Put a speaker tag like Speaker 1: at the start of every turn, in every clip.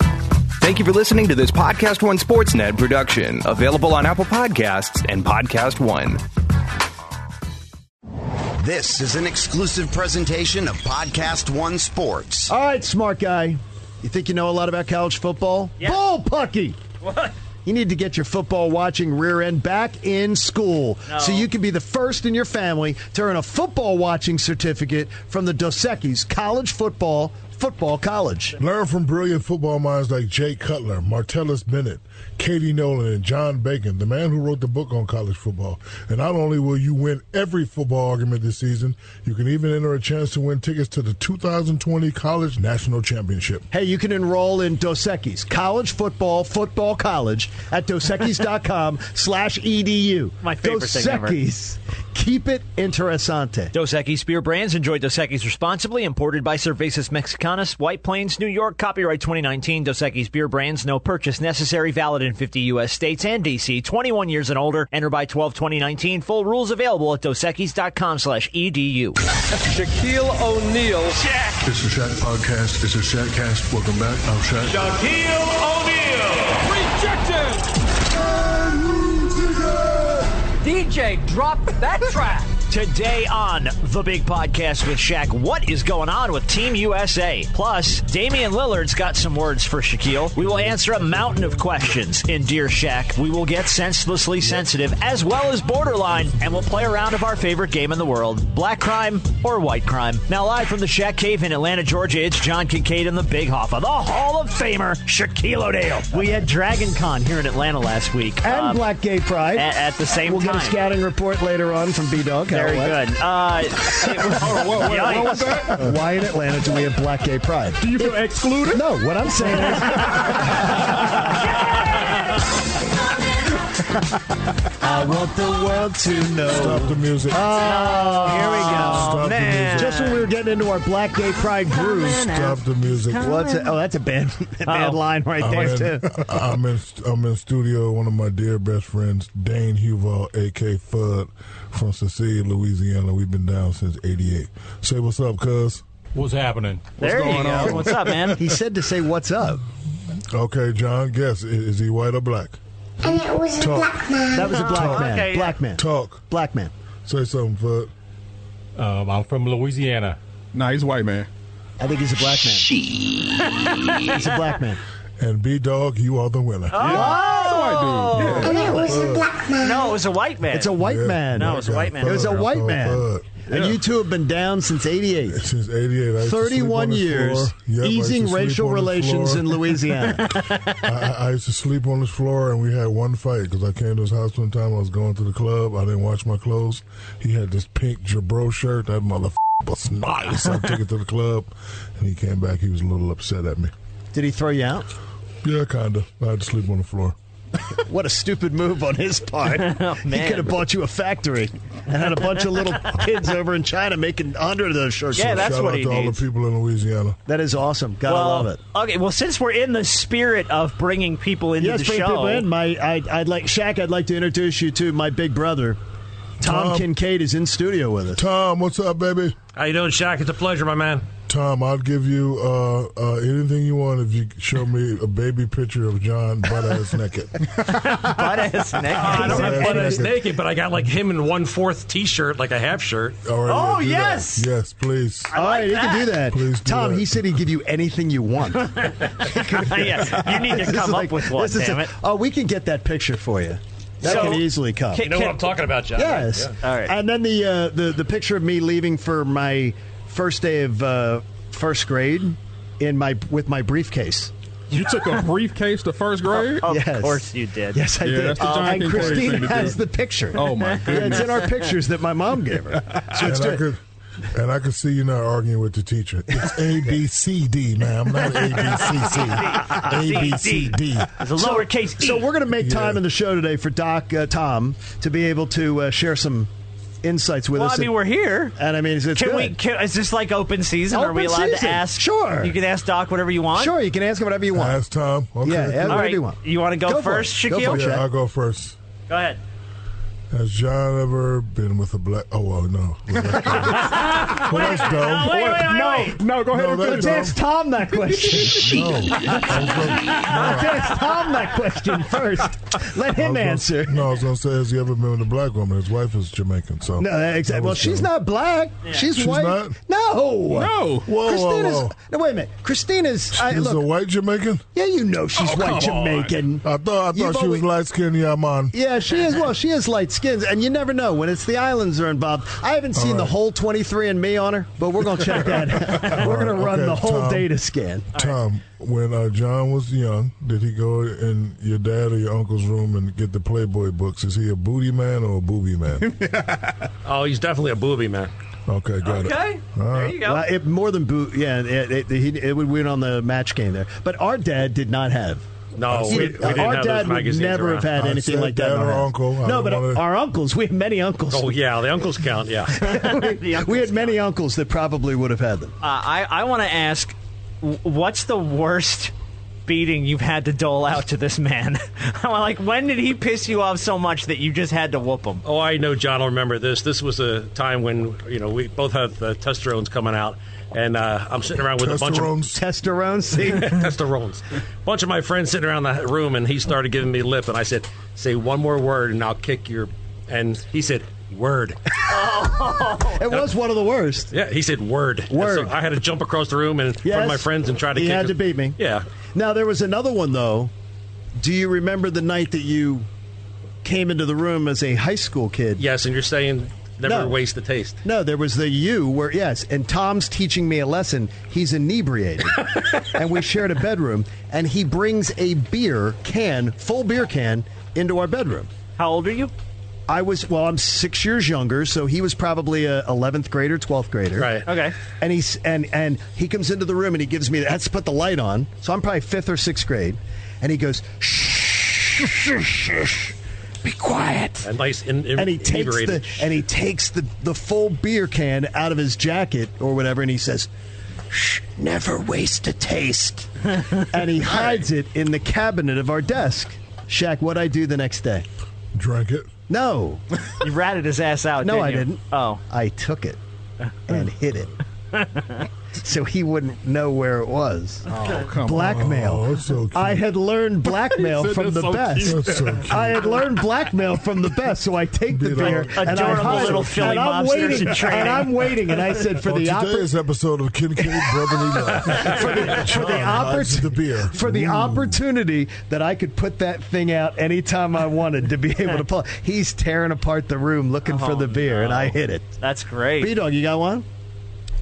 Speaker 1: Thank you for listening to this Podcast One Sportsnet production, available on Apple Podcasts and Podcast One.
Speaker 2: This is an exclusive presentation of Podcast One Sports.
Speaker 3: All right, smart guy. You think you know a lot about college football?
Speaker 4: Yeah.
Speaker 3: Bull Pucky!
Speaker 4: What?
Speaker 3: You need to get your football watching rear end back in school
Speaker 4: No.
Speaker 3: so you can be the first in your family to earn a football watching certificate from the Dos Equis College Football Football College.
Speaker 5: Learn from brilliant football minds like Jay Cutler, Martellus Bennett, Katie Nolan, and John Bacon, the man who wrote the book on college football. And not only will you win every football argument this season, you can even enter a chance to win tickets to the 2020 College National Championship.
Speaker 3: Hey, you can enroll in Dos Equis College Football Football College at dosequis.com slash edu.
Speaker 4: My favorite
Speaker 3: Dos
Speaker 4: thing ever.
Speaker 3: Equis. Keep it interesante.
Speaker 6: Dos Equis beer brands enjoy Dos Equis responsibly. Imported by Cervezas Mexicanas, White Plains, New York. Copyright 2019. Dos Equis beer brands. No purchase necessary. Valid in 50 U.S. states and D.C. 21 years and older. Enter by 12 2019. Full rules available at E dosekis.com/edu.
Speaker 7: Shaquille O'Neal.
Speaker 5: This is Shaq Podcast. This is Shaqcast. Welcome back. I'm Shaq.
Speaker 7: Shaquille O'Neal. Rejected.
Speaker 8: DJ, drop that track.
Speaker 6: Today on The Big Podcast with Shaq, what is going on with Team USA? Plus, Damian Lillard's got some words for Shaquille. We will answer a mountain of questions in Dear Shaq. We will get senselessly sensitive as well as borderline, and we'll play a round of our favorite game in the world black crime or white crime. Now, live from the Shaq Cave in Atlanta, Georgia, it's John Kincaid and the Big Hoffa, the Hall of Famer, Shaquille O'Neal. We had Dragon Con here in Atlanta last week.
Speaker 3: And
Speaker 6: Um,
Speaker 3: Black Gay Pride.
Speaker 6: at, at the same
Speaker 3: we'll
Speaker 6: time.
Speaker 3: get a scouting report later on from B Dog.
Speaker 6: Very good. Uh,
Speaker 3: Oh,
Speaker 6: Yikes.
Speaker 3: Why in Atlanta do we have Black Gay Pride? Do you feel excluded? No, what I'm saying is. I want the world to know.
Speaker 5: Stop the music.
Speaker 3: Oh, here we go.
Speaker 5: Stop the music.
Speaker 3: Just when we were getting into our Black Gay Pride groove.
Speaker 5: Stop the music.
Speaker 3: What's a, oh, that's a bad,
Speaker 6: Oh.
Speaker 3: bad line right there, too.
Speaker 5: I'm in, I'm in I'm in studio. with One of my dear best friends, Dane Huval, A.K. Fudd, from Cecilia, Louisiana. We've been down since '88. Say what's up, Cuz.
Speaker 7: What's happening?
Speaker 6: there you go. What's up, man?
Speaker 3: He said to say, What's up?
Speaker 5: Okay, John. Guess i- is he white or black?
Speaker 9: And it was a
Speaker 5: Talk.
Speaker 9: black man.
Speaker 3: That was a black
Speaker 5: Talk.
Speaker 3: man.
Speaker 6: Okay, yeah.
Speaker 3: black man.
Speaker 5: Talk.
Speaker 3: Black man.
Speaker 5: Say something, Fudd.
Speaker 7: Um, I'm from Louisiana.
Speaker 10: Nah, he's a white man.
Speaker 3: I think he's a black man. he's a black man.
Speaker 5: And B Dog, you are the winner.
Speaker 10: Oh, white dude.
Speaker 9: And it was a black man.
Speaker 6: No, it was a white man.
Speaker 3: It's a white
Speaker 5: Yeah.
Speaker 3: man.
Speaker 6: No, it was a white man.
Speaker 3: It was a
Speaker 5: Fudd,
Speaker 3: white
Speaker 5: I call
Speaker 3: man.
Speaker 5: Fudd.
Speaker 3: And you two have been down since 88.
Speaker 5: Since '88, I used to sleep on
Speaker 3: 31
Speaker 5: the
Speaker 3: years
Speaker 5: floor. Yep, I used to
Speaker 3: easing
Speaker 5: sleep
Speaker 3: racial
Speaker 5: on the
Speaker 3: relations
Speaker 5: floor.
Speaker 3: in Louisiana.
Speaker 5: I, I- I used to sleep on this floor, and we had one fight because I came to his house one time. I was going to the club. I didn't wash my clothes. He had this pink Jabro shirt. That motherfucker was nice. I took it to the club, and he came back. He was a little upset at me.
Speaker 3: Did he throw you out?
Speaker 5: Yeah, kinda. I had to sleep on the floor.
Speaker 3: What a stupid move on his part.
Speaker 5: Oh,
Speaker 3: he
Speaker 6: man.
Speaker 3: could have bought you a factory and had a bunch of little kids over in China making 100 of those shirts.
Speaker 6: Yeah, that's
Speaker 5: Shout
Speaker 6: what
Speaker 5: out
Speaker 6: he
Speaker 5: to all
Speaker 6: needs.
Speaker 5: the people in Louisiana.
Speaker 3: that is awesome. Gotta
Speaker 6: well,
Speaker 3: love it.
Speaker 6: Okay, well, since we're in the spirit of bringing people into
Speaker 3: Yes,
Speaker 6: the
Speaker 3: bring
Speaker 6: show,
Speaker 3: people in. My, I, I'd like Shaq. I'd like to introduce you to my big brother, Tom,
Speaker 5: Tom.
Speaker 3: Kincaid, is in studio with us.
Speaker 5: Tom, what's up, baby?
Speaker 7: How you doing, Shaq? It's a pleasure, my man.
Speaker 5: Tom, I'll give you uh, uh, anything you want if you show me a baby picture of John butt ass naked.
Speaker 6: butt ass naked.
Speaker 7: I don't
Speaker 5: Butt-ass
Speaker 7: have butt ass
Speaker 5: naked.
Speaker 7: naked, but I got like him in one fourth t shirt, like a half shirt.
Speaker 5: All right,
Speaker 6: Oh,
Speaker 5: yeah, do that.
Speaker 6: yes!
Speaker 5: yes, please.
Speaker 3: All right, you can do that.
Speaker 5: Please do
Speaker 3: Tom,
Speaker 5: that.
Speaker 3: he said he'd give you anything you want.
Speaker 6: yeah, you need to
Speaker 3: This is
Speaker 6: come
Speaker 3: like-
Speaker 6: up with one.
Speaker 3: this is
Speaker 6: Damn
Speaker 3: a-
Speaker 6: it.
Speaker 3: Oh, we can get that picture for you. That
Speaker 6: So-
Speaker 3: can easily come.
Speaker 6: Can-
Speaker 7: You know what I'm talking about, John?
Speaker 3: yes.
Speaker 7: Yeah.
Speaker 6: All right.
Speaker 3: And then the uh, the the picture of me leaving for my first day of uh, first grade in my with my briefcase.
Speaker 10: You took a briefcase to first grade?
Speaker 6: Of
Speaker 3: Yes.
Speaker 6: course you did.
Speaker 3: Yes, I
Speaker 10: Yeah,
Speaker 3: did. Uh,
Speaker 10: that's the John
Speaker 3: and
Speaker 10: Kincaid
Speaker 3: Christine
Speaker 10: thing to do.
Speaker 3: has the picture.
Speaker 10: Oh, my
Speaker 3: Yeah, it's
Speaker 10: goodness.
Speaker 3: in our pictures that my mom gave her. So it's
Speaker 5: and I
Speaker 3: doing-
Speaker 5: could, and I could see you not arguing with the teacher. It's A B C D, ma'am, not A B C C. A B C D.
Speaker 6: It's a lowercase e.
Speaker 3: So we're going to make
Speaker 5: Yeah.
Speaker 3: time in the show today for Doc uh, Tom to be able to uh, share some insights with
Speaker 6: well, I
Speaker 3: us.
Speaker 6: mean, we're here.
Speaker 3: and I mean, it's, it's
Speaker 6: Can
Speaker 3: Uh, good.
Speaker 6: we? Can, is this like open season? Are we
Speaker 3: Open
Speaker 6: allowed
Speaker 3: season.
Speaker 6: to ask?
Speaker 3: Sure.
Speaker 6: You can ask Doc whatever you want.
Speaker 3: Sure, you can ask him whatever you want.
Speaker 5: Last time. Okay.
Speaker 3: Yeah,
Speaker 5: cool.
Speaker 3: whatever
Speaker 6: right.
Speaker 3: you want.
Speaker 6: You wanna go
Speaker 3: for
Speaker 6: first,
Speaker 3: it. Go for
Speaker 6: Shaquille?
Speaker 3: it,
Speaker 5: yeah,
Speaker 3: Shaq.
Speaker 5: I'll go first.
Speaker 6: Go ahead.
Speaker 5: Has John ever been with a black? Oh well, no. Well, that's dumb. Well, that's dumb.
Speaker 6: Wait, wait, wait, wait.
Speaker 10: No, go ahead
Speaker 5: No,
Speaker 10: and
Speaker 5: that's
Speaker 10: finish.
Speaker 5: dumb.
Speaker 3: Ask Tom that question.
Speaker 5: No. I was gonna-
Speaker 3: Ask Tom that question first. Let
Speaker 5: no, I was
Speaker 3: him
Speaker 5: gonna-
Speaker 3: answer.
Speaker 5: No, I was gonna say, has he ever been with a black woman? His wife is Jamaican, so.
Speaker 3: No,
Speaker 5: that
Speaker 3: exactly. Well,
Speaker 5: was
Speaker 3: she's
Speaker 5: dumb.
Speaker 3: not black. She's,
Speaker 5: She's
Speaker 3: white.
Speaker 5: not?
Speaker 3: No.
Speaker 10: No.
Speaker 5: Whoa, whoa,
Speaker 3: Christina's.
Speaker 5: whoa.
Speaker 3: No, wait a minute. Christina's. I,
Speaker 5: Is
Speaker 3: look,
Speaker 5: a white Jamaican?
Speaker 3: yeah, you know
Speaker 6: Oh,
Speaker 3: she's white Jamaican.
Speaker 5: I thought I
Speaker 3: You've
Speaker 5: thought she
Speaker 3: always-
Speaker 5: was light skinned Yaman.
Speaker 3: Yeah, she is. Well, she is light skinned, and you never know when it's the islands are involved. I haven't seen the
Speaker 5: right.
Speaker 3: whole 23 and Me on her, but we're gonna check that. out. we're gonna
Speaker 5: right,
Speaker 3: run
Speaker 5: okay,
Speaker 3: the whole
Speaker 5: Tom.
Speaker 3: data scan.
Speaker 5: Tom, when uh, John was young, did he go in your dad or your uncle's room and get the Playboy books? Is he a booty man or a booby man?
Speaker 7: Oh, he's definitely a booby, man.
Speaker 5: Okay, got it.
Speaker 11: Okay.
Speaker 5: All
Speaker 11: There
Speaker 5: right.
Speaker 11: you go.
Speaker 3: Well, it more than boot. Yeah, it, it, he- it would win on the match game there. But our dad did not have.
Speaker 7: No, Oh, we, we didn't
Speaker 3: our dad
Speaker 7: have those
Speaker 3: would
Speaker 7: magazines
Speaker 3: never
Speaker 7: around.
Speaker 3: have had
Speaker 5: I
Speaker 3: anything
Speaker 5: said
Speaker 3: like that. in
Speaker 5: dad
Speaker 3: our
Speaker 5: or
Speaker 3: house.
Speaker 5: uncle. I
Speaker 3: No,
Speaker 5: don't
Speaker 3: but
Speaker 5: wanna-
Speaker 3: our uncles. We had many uncles.
Speaker 7: Oh yeah, the uncles count. Yeah.
Speaker 3: we had many uncles that probably would have had them.
Speaker 6: Uh, I, I want to ask, w- what's the worst beating you've had to dole out to this man? I'm like, when did he piss you off so much that you just had to whoop him?
Speaker 7: Oh, I know John will remember this. This was a time when, you know, we both had the testosterones coming out, and uh, I'm sitting around with a bunch of
Speaker 5: Testosterone's
Speaker 3: Testosterone. See,
Speaker 7: testosterones. bunch of my friends sitting around the room, and he started giving me lip, and I said, "Say one more word, and I'll kick your." And he said, "Word."
Speaker 3: it was one of the worst.
Speaker 7: Yeah, he said, "Word." And
Speaker 3: Word.
Speaker 7: so I had to jump across the room and in front
Speaker 3: Yes.
Speaker 7: of my friends and try to.
Speaker 3: He
Speaker 7: kick
Speaker 3: had
Speaker 7: his-
Speaker 3: to beat me.
Speaker 7: Yeah.
Speaker 3: Now there was another one though. Do you remember the night that you came into the room as a high school kid?
Speaker 7: Yes, and you're saying never
Speaker 3: No.
Speaker 7: waste the taste.
Speaker 3: No, there was the you where yes, and Tom's teaching me a lesson. He's inebriated, and we shared a bedroom, and he brings a beer can, full beer can, into our bedroom.
Speaker 6: How old are you?
Speaker 3: I was well, I'm six years younger, so he was probably a 11th grader, 12th grader,
Speaker 7: Right.
Speaker 6: Okay.
Speaker 3: and he's and and he comes into the room and he gives me that's put the light on so i'm probably fifth or sixth grade and he goes shh, shh, shh, shh. be quiet
Speaker 7: A nice in, in,
Speaker 3: and he takes the
Speaker 7: inebriated-
Speaker 3: and he takes the the full beer can out of his jacket or whatever and he says shh never waste a taste and he hides it in the cabinet of our desk Shaq, what I do the next day?
Speaker 5: drank it.
Speaker 3: No,
Speaker 6: You ratted his ass out.
Speaker 3: no,
Speaker 6: didn't
Speaker 3: I
Speaker 6: you?
Speaker 3: didn't.
Speaker 6: Oh,
Speaker 3: I took it and hid it, so he wouldn't know where it was.
Speaker 10: Come on.
Speaker 3: blackmail.
Speaker 5: Oh, that's so cute.
Speaker 3: I had learned blackmail
Speaker 10: said
Speaker 3: from
Speaker 10: that's
Speaker 3: the
Speaker 10: so
Speaker 3: best.
Speaker 5: cute. That's so cute.
Speaker 3: I had learned blackmail from the best, so I take the
Speaker 5: Be
Speaker 3: beer
Speaker 5: like-
Speaker 3: and I
Speaker 6: Adorable
Speaker 3: hide
Speaker 6: little
Speaker 3: it.
Speaker 6: Philly
Speaker 3: and I'm
Speaker 6: mobsters
Speaker 3: waiting,
Speaker 6: in training.
Speaker 3: and I'm waiting, and I said for
Speaker 5: On
Speaker 3: the
Speaker 5: today's
Speaker 3: oppor-
Speaker 5: episode of Kincaid Brotherly Love, for the,
Speaker 3: for the oppor-
Speaker 5: the beer,
Speaker 3: for the
Speaker 5: Ooh.
Speaker 3: opportunity that I could put that thing out anytime I wanted to be able to pull. He's tearing apart the room looking for
Speaker 6: Oh,
Speaker 3: the beer, and I
Speaker 6: no.
Speaker 3: hit it.
Speaker 6: that's great.
Speaker 3: B dog, you got one?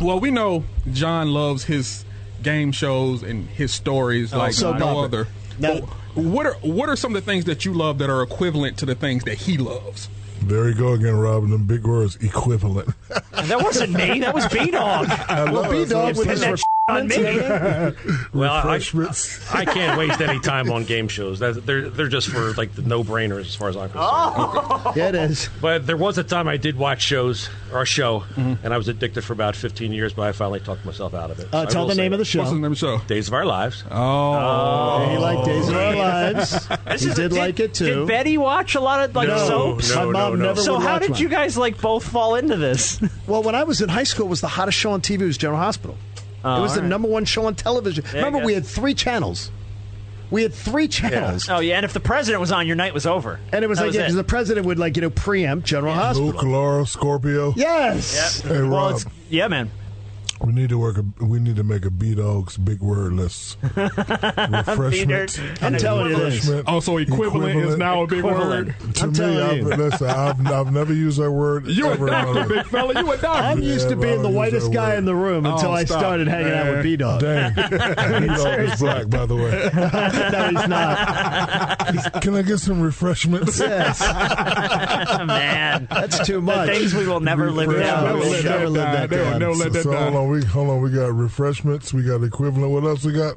Speaker 10: Well, we know John loves his game shows and his stories like
Speaker 3: so
Speaker 10: no
Speaker 3: Bob-
Speaker 10: other.
Speaker 3: now-
Speaker 10: But what are what are some of the things that you love that are equivalent to the things that he loves?
Speaker 5: There you go again, Robin. Them big words, equivalent.
Speaker 6: that wasn't me. That was B Dog.
Speaker 3: Well, B dog
Speaker 5: it's
Speaker 3: with
Speaker 5: like
Speaker 3: his
Speaker 5: that
Speaker 3: ref-
Speaker 6: on me.
Speaker 7: Well, I,
Speaker 5: refreshments.
Speaker 7: I can't waste any time on game shows. That- They're they're just for like the no brainers as far as I'm concerned.
Speaker 3: Yeah, it is.
Speaker 7: But there was a time I did watch shows or a show, and I was addicted for about 15 years. But I finally talked myself out of it.
Speaker 3: Mm-hmm. Uh, tell the name of the
Speaker 10: What's the
Speaker 3: show.
Speaker 10: name of the show?
Speaker 7: Days of Our Lives.
Speaker 10: Oh.
Speaker 3: He liked Days of Our Lives. he did like it too.
Speaker 6: Did Betty watch a lot of like
Speaker 7: No,
Speaker 6: soaps?
Speaker 7: no,
Speaker 3: My mom
Speaker 7: no, no.
Speaker 3: never
Speaker 6: So
Speaker 3: would
Speaker 6: how
Speaker 3: watch
Speaker 6: did
Speaker 3: one.
Speaker 6: you guys like both fall into this?
Speaker 3: Well, when I was in high school, it was the hottest show on TV was General Hospital. it was
Speaker 6: Oh, all
Speaker 3: the
Speaker 6: right.
Speaker 3: number one show on television.
Speaker 6: I
Speaker 3: Remember, we
Speaker 6: guess.
Speaker 3: had three channels. We had three channels,
Speaker 6: Oh yeah, and if the president was on, your night was over.
Speaker 3: and it was
Speaker 6: That
Speaker 3: like yeah, 'cause
Speaker 6: it.
Speaker 3: the president would like you know preempt General Hospital.
Speaker 5: Luke, Laura, Scorpio.
Speaker 3: Yes.
Speaker 5: Hey,
Speaker 6: well,
Speaker 5: Rob,
Speaker 6: it's yeah, man.
Speaker 5: we need to work. A, we need to make a B Dogs big word list. refreshment.
Speaker 6: Peter.
Speaker 3: I'm telling you this.
Speaker 5: refreshment.
Speaker 10: Also, equivalent, is now a big
Speaker 6: Equivalent.
Speaker 10: word.
Speaker 5: To
Speaker 3: I'm
Speaker 5: me,
Speaker 3: telling
Speaker 5: I've,
Speaker 3: you.
Speaker 5: listen, I've, I've never used that word.
Speaker 10: You a
Speaker 5: ever in my
Speaker 10: doctor,
Speaker 5: life.
Speaker 10: big fella. You a doctor.
Speaker 3: I'm
Speaker 5: Yeah,
Speaker 3: used to being
Speaker 5: Robert,
Speaker 3: the
Speaker 5: use
Speaker 3: whitest
Speaker 5: that
Speaker 3: guy
Speaker 5: word.
Speaker 3: in the room
Speaker 10: Oh,
Speaker 3: until I
Speaker 10: stop.
Speaker 3: starting hanging out with
Speaker 10: Man.
Speaker 3: B Dog.
Speaker 5: Dang. B-Dog is black, by the way.
Speaker 3: no, he's not.
Speaker 5: Can I get some refreshments?
Speaker 3: Yes,
Speaker 6: Oh, man,
Speaker 3: that's too
Speaker 6: the
Speaker 3: much.
Speaker 6: things we will never live
Speaker 5: Refresh
Speaker 10: Never
Speaker 3: we
Speaker 10: let
Speaker 3: should
Speaker 10: that
Speaker 3: never
Speaker 10: die.
Speaker 3: live that
Speaker 10: They will
Speaker 3: down.
Speaker 10: never let that
Speaker 5: so
Speaker 10: die.
Speaker 5: hold on, we hold on. We got refreshments. We got equivalent. What else we got?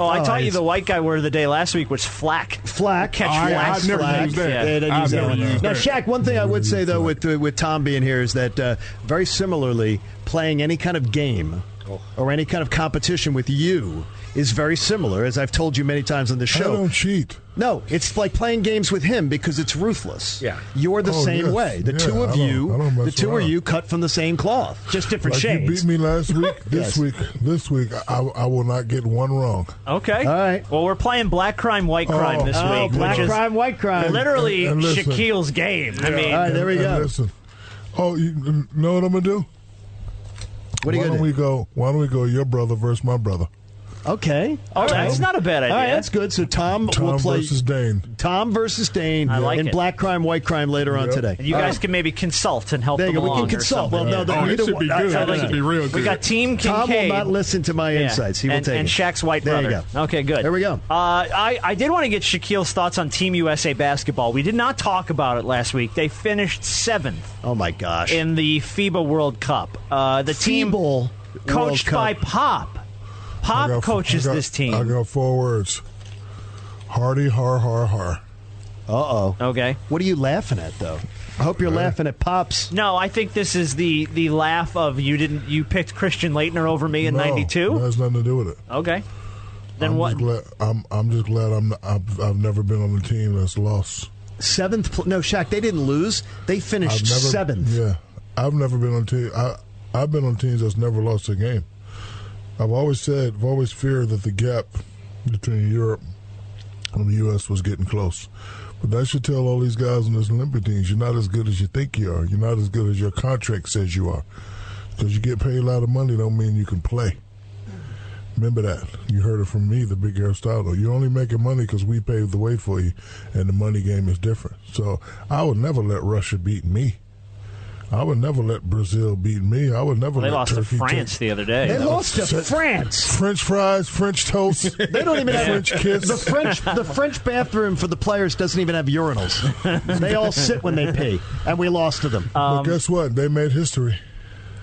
Speaker 6: Oh, I taught you
Speaker 3: it's-
Speaker 6: the white guy word of the day last week was flack.
Speaker 3: Flack,
Speaker 6: Catch
Speaker 10: I-
Speaker 6: flack.
Speaker 10: I've never
Speaker 6: flack.
Speaker 10: used that.
Speaker 3: Yeah, they
Speaker 10: I've
Speaker 3: use that
Speaker 10: never
Speaker 3: one.
Speaker 10: used
Speaker 3: Now,
Speaker 10: that.
Speaker 3: Shaq, one thing I would say though, with with Tom being here, is that uh,
Speaker 5: Oh.
Speaker 3: very similarly, playing any kind of game or any kind of competition with you is very similar, as I've told you many times on the
Speaker 5: I
Speaker 3: show.
Speaker 5: don't cheat.
Speaker 3: No, it's like playing games with him because it's ruthless.
Speaker 7: Yeah.
Speaker 3: You're the
Speaker 5: Oh,
Speaker 3: same
Speaker 5: yes.
Speaker 3: way. The
Speaker 5: Yeah,
Speaker 3: two
Speaker 5: I
Speaker 3: of
Speaker 5: don't-
Speaker 3: you,
Speaker 5: I don't mess
Speaker 3: the two of
Speaker 5: around.
Speaker 3: you cut from the same cloth, just different
Speaker 5: Like Uh, you
Speaker 3: shades.
Speaker 5: beat me last week. This
Speaker 3: Yes.
Speaker 5: week, this week, I, I will not get one wrong.
Speaker 12: Okay.
Speaker 3: All right.
Speaker 12: Well, we're playing black crime, white crime
Speaker 5: Oh,
Speaker 12: this
Speaker 5: oh,
Speaker 12: week.
Speaker 3: black
Speaker 12: which is
Speaker 3: crime, white crime.
Speaker 12: Literally
Speaker 5: And- and listen.
Speaker 12: Shaquille's game. I mean,
Speaker 3: All right, there we
Speaker 5: And- and
Speaker 3: go.
Speaker 5: Listen, oh, you know what I'm gonna do?
Speaker 3: What are you
Speaker 5: why
Speaker 3: gonna
Speaker 5: don't
Speaker 3: do?
Speaker 5: we go? Why don't we go? Your brother versus my brother.
Speaker 3: Okay.
Speaker 12: Oh, that's not a bad
Speaker 3: All right,
Speaker 12: idea.
Speaker 3: that's good. So Tom, will
Speaker 5: Tom
Speaker 3: play
Speaker 5: versus Dane.
Speaker 3: Tom versus Dane
Speaker 12: I like
Speaker 3: in
Speaker 12: it.
Speaker 3: black crime, white crime later on
Speaker 5: Yep.
Speaker 3: today.
Speaker 12: and you guys can maybe consult and help
Speaker 3: There you
Speaker 12: them
Speaker 3: go. We
Speaker 12: along
Speaker 3: can
Speaker 12: or
Speaker 3: consult. Well,
Speaker 12: something.
Speaker 3: no,
Speaker 10: Oh,
Speaker 3: the,
Speaker 10: it should be
Speaker 3: I- I
Speaker 10: good.
Speaker 3: like
Speaker 10: That should
Speaker 3: it.
Speaker 10: be real good.
Speaker 12: We got Team
Speaker 3: Tom
Speaker 12: Kincaid.
Speaker 3: will not listen to my
Speaker 12: Yeah.
Speaker 3: insights. He will
Speaker 12: and,
Speaker 3: take
Speaker 12: and
Speaker 3: it.
Speaker 12: Shaq's white
Speaker 3: there
Speaker 12: brother.
Speaker 3: You go.
Speaker 12: Okay, good.
Speaker 3: There we go.
Speaker 12: Uh, I I did want to get Shaquille's thoughts on Team USA basketball. We did not talk about it last week. They finished seventh
Speaker 3: oh my gosh.
Speaker 12: in the FIBA World Cup. Uh, the team
Speaker 3: Feeble World
Speaker 12: coached
Speaker 3: Cup.
Speaker 12: by Pop.
Speaker 5: I
Speaker 12: Pop
Speaker 5: got-
Speaker 12: coaches
Speaker 5: I got-
Speaker 12: this team.
Speaker 5: I got four words. Hardy, har, har, har.
Speaker 3: Uh oh.
Speaker 12: Okay.
Speaker 3: What are you laughing at though? I hope you're laughing at pops.
Speaker 12: No, I think this is the the laugh of you didn't you picked Christian Leitner over me in
Speaker 5: No, That
Speaker 12: '92.
Speaker 5: has nothing to do with it.
Speaker 12: Okay. Then
Speaker 5: I'm
Speaker 12: what?
Speaker 5: Just glad, I'm, I'm just glad I'm, not- I've, I've never been on a team that's lost.
Speaker 3: Seventh. Pl- no, Shaq. They didn't lose. They
Speaker 5: I've
Speaker 3: finished
Speaker 5: never,
Speaker 3: seventh.
Speaker 5: Yeah, I've never been on team. I, I've been on teams that's never lost a game. I've always said, I've always feared that the gap between Europe and the U.S. was getting close. But that should tell all these guys on this Olympic teams, you're not as good as you think you are. You're not as good as your contract says you are. Because you get paid a lot of money, don't mean you can play. Remember that. You heard it from me, the big Aristotle. You're only making money because we paved the way for you, and the money game is different. So I would never let Russia beat me. I would never let Brazil beat me. I would never
Speaker 12: They
Speaker 5: let
Speaker 12: lost to
Speaker 5: Turkey
Speaker 12: France
Speaker 5: take-
Speaker 12: the other day.
Speaker 3: They
Speaker 12: That
Speaker 3: lost to
Speaker 5: Set-
Speaker 3: France.
Speaker 5: French fries, French toast.
Speaker 3: They don't even have
Speaker 5: French kiss.
Speaker 3: The French, the French bathroom for the players doesn't even have urinals. They all sit when they pee, and we lost to them.
Speaker 5: but guess
Speaker 3: um,
Speaker 5: what? They made history.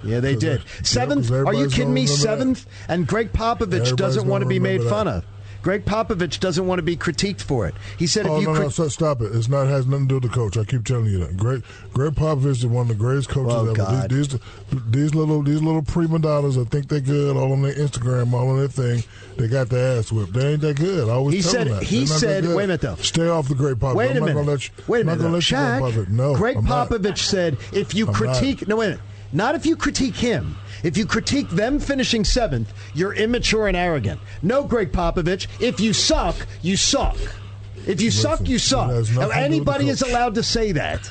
Speaker 3: yeah, they did.
Speaker 5: Yeah, 'cause
Speaker 3: Seventh? Are you
Speaker 5: everybody's
Speaker 3: kidding me?
Speaker 5: gonna remember
Speaker 3: Seventh? And Greg Popovich
Speaker 5: Everybody's
Speaker 3: doesn't want to
Speaker 5: gonna
Speaker 3: be made
Speaker 5: remember
Speaker 3: fun
Speaker 5: that.
Speaker 3: of. Greg Popovich doesn't want to be critiqued for it. He said,
Speaker 5: Oh
Speaker 3: "If you
Speaker 5: no, no,
Speaker 3: crit-
Speaker 5: so- stop it! It's not has nothing to do with the coach. I keep telling you that. Greg, Greg Popovich is one of the greatest coaches
Speaker 3: Oh,
Speaker 5: ever.
Speaker 3: God.
Speaker 5: These, these these little these little prima donnas that think they're good, all on their Instagram, all on their thing, they got their ass whipped. They ain't that good. I always
Speaker 3: He
Speaker 5: tell
Speaker 3: said-
Speaker 5: them that.
Speaker 3: he
Speaker 5: They're not that
Speaker 3: said-
Speaker 5: good.
Speaker 3: wait a minute, though.
Speaker 5: Stay off the Greg Popovich.
Speaker 3: Wait
Speaker 5: I'm
Speaker 3: a
Speaker 5: not
Speaker 3: minute.
Speaker 5: gonna let you.
Speaker 3: wait a minute.
Speaker 5: I'm not gonna
Speaker 3: though.
Speaker 5: let you
Speaker 3: Shaq,
Speaker 5: go above it. No,
Speaker 3: Greg
Speaker 5: I'm not.
Speaker 3: Popovich said, if you
Speaker 5: I'm not.
Speaker 3: critique, no, wait a minute. Not if you critique him. If you critique them finishing seventh, you're immature and arrogant. No, Greg Popovich. If you suck, you suck. If you suck, you suck.
Speaker 5: it has nothing
Speaker 3: Now,
Speaker 5: to do with
Speaker 3: anybody
Speaker 5: the
Speaker 3: is
Speaker 5: coach.
Speaker 3: allowed to say that.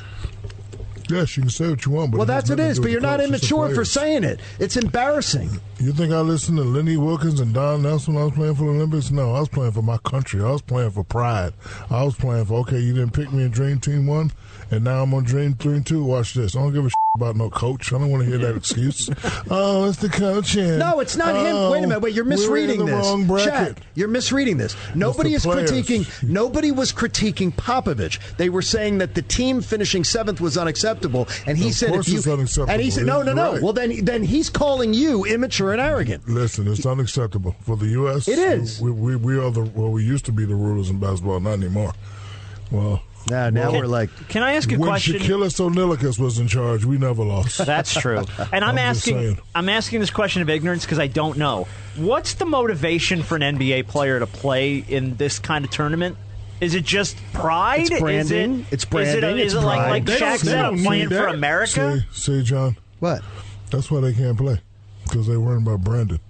Speaker 5: Yes, you can say what you want, but
Speaker 3: Well,
Speaker 5: it has
Speaker 3: that's what it
Speaker 5: nothing to
Speaker 3: is.
Speaker 5: do
Speaker 3: But
Speaker 5: with
Speaker 3: you're
Speaker 5: the
Speaker 3: not
Speaker 5: coach. It's the
Speaker 3: immature for
Speaker 5: players.
Speaker 3: saying it. It's embarrassing.
Speaker 5: You think I listened to Lenny Wilkins and Don Nelson when I was playing for the Olympics? No, I was playing for my country. I was playing for pride. I was playing for, okay, you didn't pick me in Dream Team 1, and now I'm on Dream Team 2. Watch this. I don't give a shit about no coach. I don't want to hear that excuse. oh, it's the coach. and-
Speaker 3: No, it's not
Speaker 5: oh,
Speaker 3: him. Wait a minute. Wait, you're
Speaker 5: we're in
Speaker 3: misreading
Speaker 5: the
Speaker 3: this.
Speaker 5: wrong bracket.
Speaker 3: Chad, you're misreading this. Nobody
Speaker 5: the
Speaker 3: is
Speaker 5: players.
Speaker 3: critiquing. Nobody was critiquing Popovich. They were saying that the team finishing seventh was unacceptable, and he
Speaker 5: Of
Speaker 3: said,
Speaker 5: course
Speaker 3: "If you,"
Speaker 5: it's unacceptable.
Speaker 3: and he said, "No, no,
Speaker 5: You're
Speaker 3: no."
Speaker 5: right.
Speaker 3: Well, then, then he's calling you immature and arrogant.
Speaker 5: Listen, it's unacceptable for the U.S.
Speaker 3: It is.
Speaker 5: We, we, we are the well, we used to be the rulers in basketball, not anymore. Well,
Speaker 3: Now, now we're like,
Speaker 12: Can I ask a
Speaker 5: when
Speaker 12: question?
Speaker 5: Shaquille O'Neal was in charge, we never lost.
Speaker 12: That's true. And I'm,
Speaker 5: I'm just
Speaker 12: asking
Speaker 5: saying.
Speaker 12: I'm asking this question of ignorance because I don't know. What's the motivation for an NBA player to play in this kind of tournament? Is it just pride?
Speaker 3: It's branding.
Speaker 12: Is it,
Speaker 3: It's
Speaker 12: Is it,
Speaker 3: branding.
Speaker 12: is it
Speaker 3: It's
Speaker 12: like,
Speaker 3: pride.
Speaker 12: like
Speaker 10: They
Speaker 12: Shaq
Speaker 10: don't- they
Speaker 12: said, I'm
Speaker 10: don't
Speaker 12: playing
Speaker 10: need
Speaker 12: for
Speaker 10: that.
Speaker 12: America?
Speaker 5: See, see, John.
Speaker 3: what?
Speaker 5: That's why they can't play because they worrying about Brandon.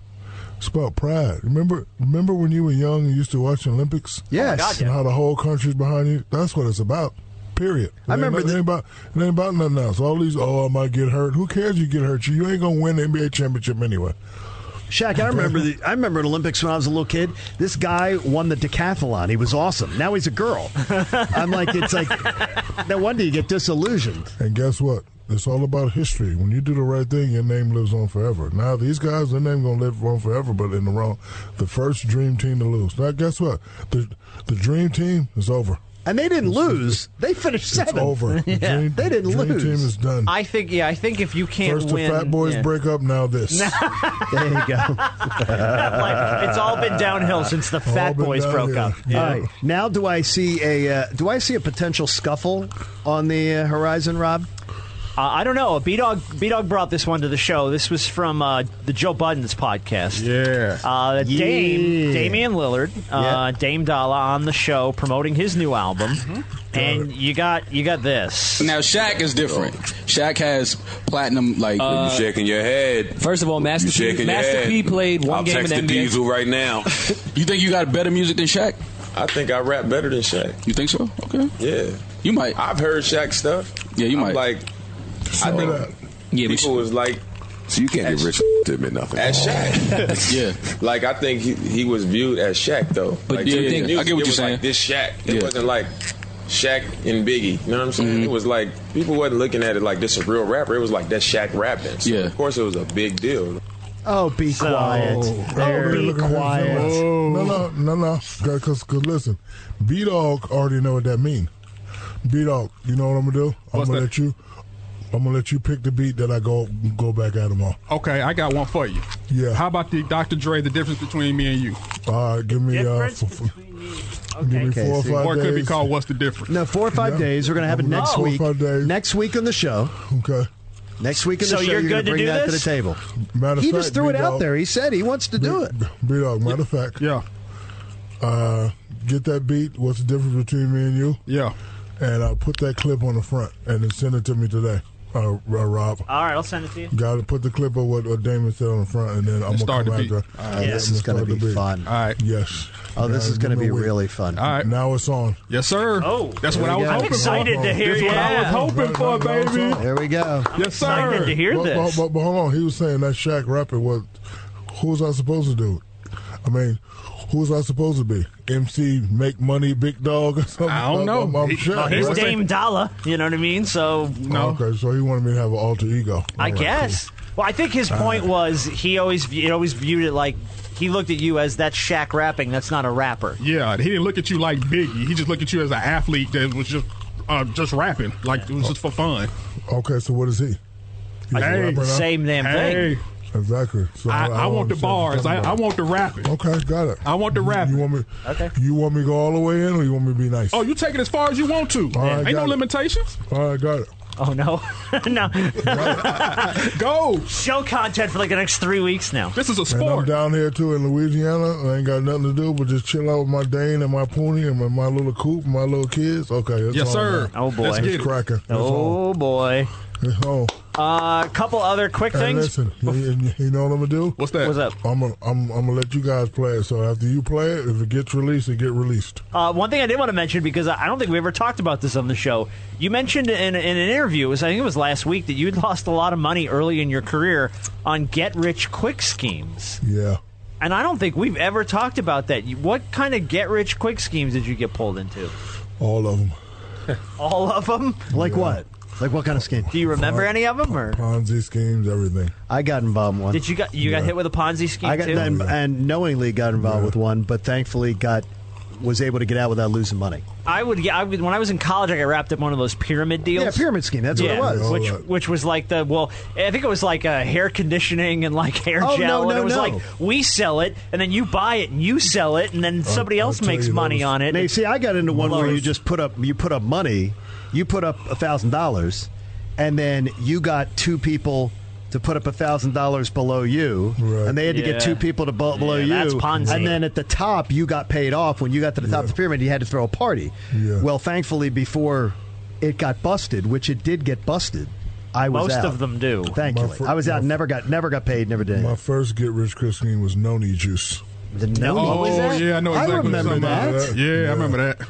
Speaker 5: It's about pride. Remember, remember when you were young and used to watch the Olympics?
Speaker 10: Oh
Speaker 3: Yes.
Speaker 12: God, yeah.
Speaker 5: And how the whole country's behind you. That's what it's about. Period.
Speaker 3: I remember
Speaker 5: It ain't,
Speaker 3: the-
Speaker 5: nothing about, it ain't about nothing else. All these, oh, I might get hurt. Who cares? You get hurt. You, you ain't gonna win the NBA championship anyway.
Speaker 3: Shaq, I remember the I remember at Olympics when I was a little kid. This guy won the decathlon. He was awesome. Now he's a girl. I'm like, it's like, no wonder you get disillusioned.
Speaker 5: And guess what? It's all about history. When you do the right thing, your name lives on forever. Now these guys, their name gonna live on forever, but in the wrong, the first dream team to lose. Now guess what? The the dream team is over.
Speaker 3: And they didn't lose. They finished
Speaker 5: It's
Speaker 3: seventh.
Speaker 5: over. The
Speaker 3: Yeah,
Speaker 5: dream,
Speaker 3: they didn't
Speaker 5: dream
Speaker 3: lose.
Speaker 5: team is done.
Speaker 12: I think, yeah, I think if you can't
Speaker 5: First
Speaker 12: win.
Speaker 5: the Fat Boys
Speaker 12: yeah.
Speaker 5: break up. Now this.
Speaker 3: There you go.
Speaker 12: Like, it's all been downhill since the Fat
Speaker 5: been
Speaker 12: Boys broke
Speaker 5: downhill.
Speaker 12: up.
Speaker 3: All right. Now, do I see a uh, do I see a potential scuffle on the uh, horizon, Rob?
Speaker 6: Uh, I don't know. B Dog B Dog brought this one to the show. This was from uh, the Joe Buttons podcast.
Speaker 10: Yeah.
Speaker 6: Uh, Dame
Speaker 3: Yeah.
Speaker 6: Damian Lillard, uh, Dame Dala on the show promoting his new album, and you got you got this.
Speaker 7: Now Shaq is different. Shaq has platinum like
Speaker 8: you shaking your head.
Speaker 7: Uh, First of all, Master
Speaker 8: you shaking your head. I'm texting Diesel right now.
Speaker 7: You think you got better music than Shaq?
Speaker 8: I think I rap better than Shaq.
Speaker 7: You think so? Okay.
Speaker 8: Yeah,
Speaker 7: You might.
Speaker 8: I've heard Shaq stuff.
Speaker 7: Yeah, you
Speaker 8: I'm
Speaker 7: might.
Speaker 8: Like, I
Speaker 5: Sum it
Speaker 8: think
Speaker 5: up.
Speaker 7: Yeah, but
Speaker 8: people was like
Speaker 13: So you can't get rich to admit nothing.
Speaker 8: at Shaq.
Speaker 7: Yeah.
Speaker 8: like I think he, he was viewed as Shaq though.
Speaker 7: But
Speaker 8: like,
Speaker 7: do you
Speaker 8: in the
Speaker 7: think- I get what
Speaker 8: it
Speaker 7: you're
Speaker 8: was
Speaker 7: saying.
Speaker 8: Like, this Shaq. It
Speaker 7: Yeah. Mm-hmm.
Speaker 8: wasn't like Shaq and Biggie. You know what I'm saying? It was like people wasn't looking at it like this a real rapper. It was like that's Shaq rapping. So
Speaker 7: Yeah.
Speaker 8: Of course, it was a big deal.
Speaker 3: Oh, be quiet.
Speaker 6: oh,
Speaker 5: I'll
Speaker 3: Be
Speaker 5: looking at him
Speaker 3: quiet.
Speaker 5: saying, No, no, no, no. Because listen, B Dog already know what that mean. B Dog, you know what I'm gonna do? I'm
Speaker 10: What's
Speaker 5: gonna
Speaker 10: that?
Speaker 5: let you. I'm gonna let you pick the beat that I go go back at him on.
Speaker 10: Okay, I got one for you.
Speaker 5: Yeah.
Speaker 10: How about the Dr. Dre, the difference between me and you?
Speaker 5: All right, give me uh, f- f- give me
Speaker 3: Okay,
Speaker 5: four or
Speaker 3: see.
Speaker 5: five
Speaker 10: Or it could be
Speaker 5: days.
Speaker 10: called What's the Difference?
Speaker 3: No, four or five days. We're going to have it
Speaker 5: No.
Speaker 3: next
Speaker 5: Four or
Speaker 3: week.
Speaker 5: five days.
Speaker 3: Next week on the show.
Speaker 5: Okay.
Speaker 3: Next week on the
Speaker 6: So
Speaker 3: show,
Speaker 6: you're
Speaker 3: going
Speaker 6: good to
Speaker 3: bring
Speaker 6: do
Speaker 3: that
Speaker 6: this?
Speaker 3: to the table.
Speaker 5: Matter of
Speaker 3: he
Speaker 5: fact,
Speaker 3: just threw it
Speaker 5: B-Dog,
Speaker 3: out there. He said he wants to do it.
Speaker 5: B Dog, matter of fact,
Speaker 10: Yeah.
Speaker 5: uh, get that beat. What's the difference between me and you?
Speaker 10: Yeah.
Speaker 5: And uh, put that clip on the front and then send it to me today, uh, R- Rob.
Speaker 6: All right, I'll send it to you.
Speaker 5: Got to put the clip of what, what Damon said on the front, and then I'm gonna
Speaker 10: And start
Speaker 5: come
Speaker 10: the beat.
Speaker 5: after.
Speaker 10: All
Speaker 5: Yeah,
Speaker 3: This is
Speaker 5: start
Speaker 3: going to
Speaker 5: the
Speaker 3: be
Speaker 5: beat.
Speaker 3: fun.
Speaker 10: All right.
Speaker 5: Yes.
Speaker 3: Oh, this
Speaker 5: Now,
Speaker 3: is going to
Speaker 5: give me
Speaker 3: be
Speaker 5: a week.
Speaker 3: really fun.
Speaker 10: All right.
Speaker 5: Now it's on.
Speaker 10: Yes, sir.
Speaker 6: Oh.
Speaker 10: that's what I was
Speaker 3: There we
Speaker 10: hoping
Speaker 3: go.
Speaker 6: I'm excited
Speaker 10: for.
Speaker 6: to hear.
Speaker 10: That's what I was
Speaker 6: Yeah,
Speaker 10: hoping for, baby.
Speaker 3: There we go.
Speaker 10: Yes,
Speaker 6: excited to
Speaker 10: sir.
Speaker 6: hear
Speaker 5: But, but,
Speaker 6: this.
Speaker 5: but, but hold on, he was saying that Shaq rapping. What? Who was I supposed to do? it? I mean, who was I supposed to be? MC, make money, big dog, or something?
Speaker 10: I don't know.
Speaker 5: I'm, I'm
Speaker 10: He-
Speaker 5: Shaq,
Speaker 10: no,
Speaker 6: He's
Speaker 5: right?
Speaker 6: Dame Dala. You know what I mean? So
Speaker 5: Oh, okay, so he wanted me to have an alter ego.
Speaker 6: I
Speaker 5: All right,
Speaker 6: guess. Well, I think his point was he always he always viewed it like he looked at you as that's Shaq rapping. That's not a rapper.
Speaker 10: Yeah, he didn't look at you like Biggie. He just looked at you as an athlete that was just uh, just rapping, like it was just for fun.
Speaker 5: cool. Okay, so what is he? He's a
Speaker 10: Hey,
Speaker 5: rapper now?
Speaker 6: Same damn
Speaker 10: hey,
Speaker 6: thing.
Speaker 5: Exactly. So
Speaker 10: I,
Speaker 5: don't
Speaker 10: I want
Speaker 5: understand
Speaker 10: the
Speaker 5: what you're
Speaker 10: bars. I,
Speaker 5: talking
Speaker 10: I
Speaker 5: about.
Speaker 10: want the rapping.
Speaker 5: Okay, got it.
Speaker 10: I want the
Speaker 5: You-
Speaker 10: rapping.
Speaker 5: You want me?
Speaker 6: Okay.
Speaker 5: You want me to go all the way in, or you want me to be nice?
Speaker 10: Oh, you take it as far as you want to.
Speaker 5: All right,
Speaker 10: Ain't no
Speaker 5: got it.
Speaker 10: limitations.
Speaker 5: all right, got it.
Speaker 6: Oh no, no
Speaker 10: Go.
Speaker 6: show content for like the next three weeks now.
Speaker 10: This is a
Speaker 5: And I'm
Speaker 10: sport.
Speaker 5: down here too in Louisiana. I ain't got nothing to do but just chill out with my Dane and my Pony and my, my little coop, and my little kids. Okay, that's
Speaker 10: Yes,
Speaker 5: all
Speaker 10: sir.
Speaker 5: I got.
Speaker 6: Oh, boy.
Speaker 10: Let's
Speaker 5: It's
Speaker 10: get it.
Speaker 5: cracking. That's all.
Speaker 6: Oh boy.
Speaker 5: That's all.
Speaker 6: A uh, couple other quick
Speaker 5: Hey,
Speaker 6: things.
Speaker 5: listen, you, you- you know what I'm gonna do?
Speaker 10: What's that?
Speaker 6: What's up?
Speaker 5: I'm gonna I'm, I'm gonna let you guys play it. So after you play it, if it gets released, it get released.
Speaker 6: Uh, one thing I did want to mention because I I don't think we ever talked about this on the show. You mentioned in, in an interview, it was, I think it was last week, that you had lost a lot of money early in your career on get rich quick schemes.
Speaker 5: Yeah.
Speaker 6: And I don't think we've ever talked about that. You- What kind of get rich quick schemes did you get pulled into?
Speaker 5: All of them.
Speaker 6: All of them?
Speaker 3: Like what? Like what kind of scheme?
Speaker 6: Do you remember any of them? Or
Speaker 5: Ponzi schemes, everything.
Speaker 3: I got involved in one.
Speaker 6: did you got you got hit with a Ponzi scheme
Speaker 3: I got
Speaker 6: too?
Speaker 3: and, and knowingly got involved with one, but thankfully got was able to get out without losing money.
Speaker 6: I would, get- I would when I was in college, I got wrapped up in one of those pyramid deals.
Speaker 3: Yeah, pyramid scheme. That's
Speaker 6: Yeah,
Speaker 3: what it was.
Speaker 5: All
Speaker 6: Which
Speaker 5: right.
Speaker 6: which was like the well, I think it was like uh, hair conditioning and like hair
Speaker 3: Oh,
Speaker 6: gel,
Speaker 3: no,
Speaker 6: and
Speaker 3: no,
Speaker 6: it was
Speaker 3: no.
Speaker 6: like we sell it and then you buy it and you sell it and then somebody
Speaker 5: I'll
Speaker 6: else
Speaker 5: tell
Speaker 6: makes
Speaker 5: you, that
Speaker 6: money
Speaker 5: was-
Speaker 6: on it.
Speaker 3: Now, you see, I got into one where you
Speaker 6: Lowers.
Speaker 3: just put up you put up money, you put up a thousand dollars, and then you got two people to put up a thousand dollars below you,
Speaker 5: Right.
Speaker 3: and they had to
Speaker 6: Yeah.
Speaker 3: get two people to bu- below
Speaker 6: Yeah,
Speaker 3: you,
Speaker 6: that's Ponzi.
Speaker 3: and then at the top you got paid off. When you got to the top of the pyramid, you had to throw a party.
Speaker 5: Yeah.
Speaker 3: Well, thankfully, before it got busted, which it did get busted, I was
Speaker 6: Most
Speaker 3: out.
Speaker 6: of them do.
Speaker 3: Thankfully,
Speaker 5: My fir-
Speaker 3: I was
Speaker 5: my
Speaker 3: out.
Speaker 5: fir-
Speaker 3: Never got never got paid. Never did.
Speaker 5: My
Speaker 3: anything.
Speaker 5: first get rich quick scheme was Noni Juice.
Speaker 3: The no.
Speaker 10: oh
Speaker 3: was that?
Speaker 10: yeah, I
Speaker 3: I
Speaker 10: know exactly. what you're
Speaker 3: remember
Speaker 10: talking about.
Speaker 3: that.
Speaker 10: Yeah,
Speaker 5: Yeah.
Speaker 10: I remember that.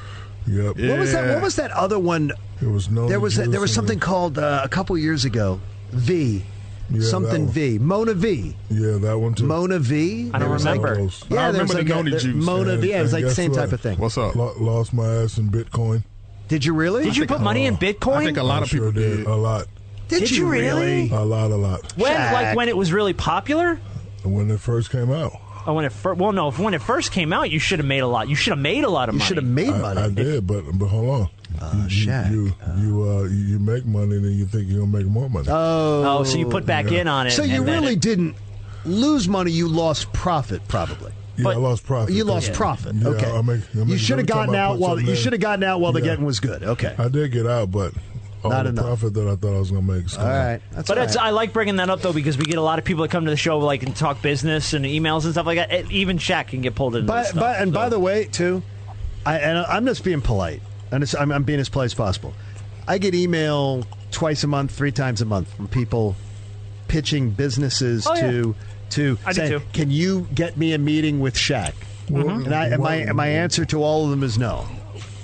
Speaker 5: Yep.
Speaker 10: Yeah.
Speaker 3: What was that? What was that other one?
Speaker 5: It was Noni
Speaker 3: There was
Speaker 5: Juice
Speaker 3: there was
Speaker 5: and
Speaker 3: something called uh, a couple years ago, V,
Speaker 5: Yeah, that
Speaker 3: something
Speaker 5: one.
Speaker 3: V, Mona V,
Speaker 5: Yeah, that one too.
Speaker 3: Mona V.
Speaker 6: I don't
Speaker 3: There was
Speaker 6: remember.
Speaker 5: Close.
Speaker 3: Yeah,
Speaker 10: I
Speaker 3: there was
Speaker 10: remember the
Speaker 3: like
Speaker 10: Noni
Speaker 3: a,
Speaker 10: juice.
Speaker 3: Mona
Speaker 5: And-
Speaker 3: V. Yeah, it was like
Speaker 5: and
Speaker 3: the
Speaker 5: guess
Speaker 3: same type
Speaker 5: what?
Speaker 3: of thing.
Speaker 10: What's up?
Speaker 5: Lo- lost my ass in Bitcoin.
Speaker 3: Did you really?
Speaker 6: Did you put money
Speaker 3: Oh,
Speaker 6: in Bitcoin?
Speaker 10: I think a lot
Speaker 5: I
Speaker 10: of
Speaker 5: sure
Speaker 10: people
Speaker 5: did. Oh,
Speaker 10: did.
Speaker 5: a lot,
Speaker 3: Did,
Speaker 6: Did
Speaker 3: you
Speaker 6: you
Speaker 3: really?
Speaker 6: really?
Speaker 5: a lot, a lot.
Speaker 6: when
Speaker 3: Shaq.
Speaker 6: like when it was really popular?
Speaker 5: When it first came out,
Speaker 6: Oh, when it fir- well no, if- when it first came out, you should have made a lot. You should have made a lot of
Speaker 3: You
Speaker 6: money.
Speaker 3: should have made
Speaker 5: I,
Speaker 3: money.
Speaker 5: I did, but but hold on. Uh,
Speaker 3: Shaq.
Speaker 5: you you uh, you- you make money, then you think you're gonna make more money.
Speaker 3: Uh,
Speaker 6: Oh, so you put back in on it.
Speaker 3: so you
Speaker 6: and then
Speaker 3: really
Speaker 6: it-
Speaker 3: didn't lose money. You lost profit, probably.
Speaker 5: yeah, I
Speaker 6: but-
Speaker 5: lost profit.
Speaker 3: You lost
Speaker 5: Yeah.
Speaker 3: profit.
Speaker 5: Yeah,
Speaker 3: okay.
Speaker 5: I make- I make-
Speaker 3: you should
Speaker 5: every
Speaker 3: have
Speaker 5: time
Speaker 3: gotten
Speaker 5: I
Speaker 3: out
Speaker 5: put
Speaker 3: while
Speaker 5: something
Speaker 3: you
Speaker 5: in-
Speaker 3: should have gotten out while the
Speaker 5: Yeah.
Speaker 3: getting was good. Okay.
Speaker 5: I did get out, but all
Speaker 3: Not
Speaker 5: the
Speaker 3: enough.
Speaker 5: profit that I thought I was going to make.
Speaker 3: All right. That's
Speaker 6: but
Speaker 3: all
Speaker 6: it's,
Speaker 3: right.
Speaker 6: I like bringing that up though because we get a lot of people that come to the show like and talk business and emails and stuff like that. And Even Shaq can get pulled into
Speaker 3: By,
Speaker 6: this stuff.
Speaker 3: by, and by the way, too, I, and I'm just being polite, and it's, I'm, I'm being as polite as possible. I get email twice a month, three times a month from people pitching businesses
Speaker 14: Oh, yeah.
Speaker 3: to to
Speaker 14: I do
Speaker 3: saying,
Speaker 14: too.
Speaker 3: "Can you get me a meeting with Shaq?"
Speaker 14: Mhm.
Speaker 3: And, I, and my and my answer to all of them is no.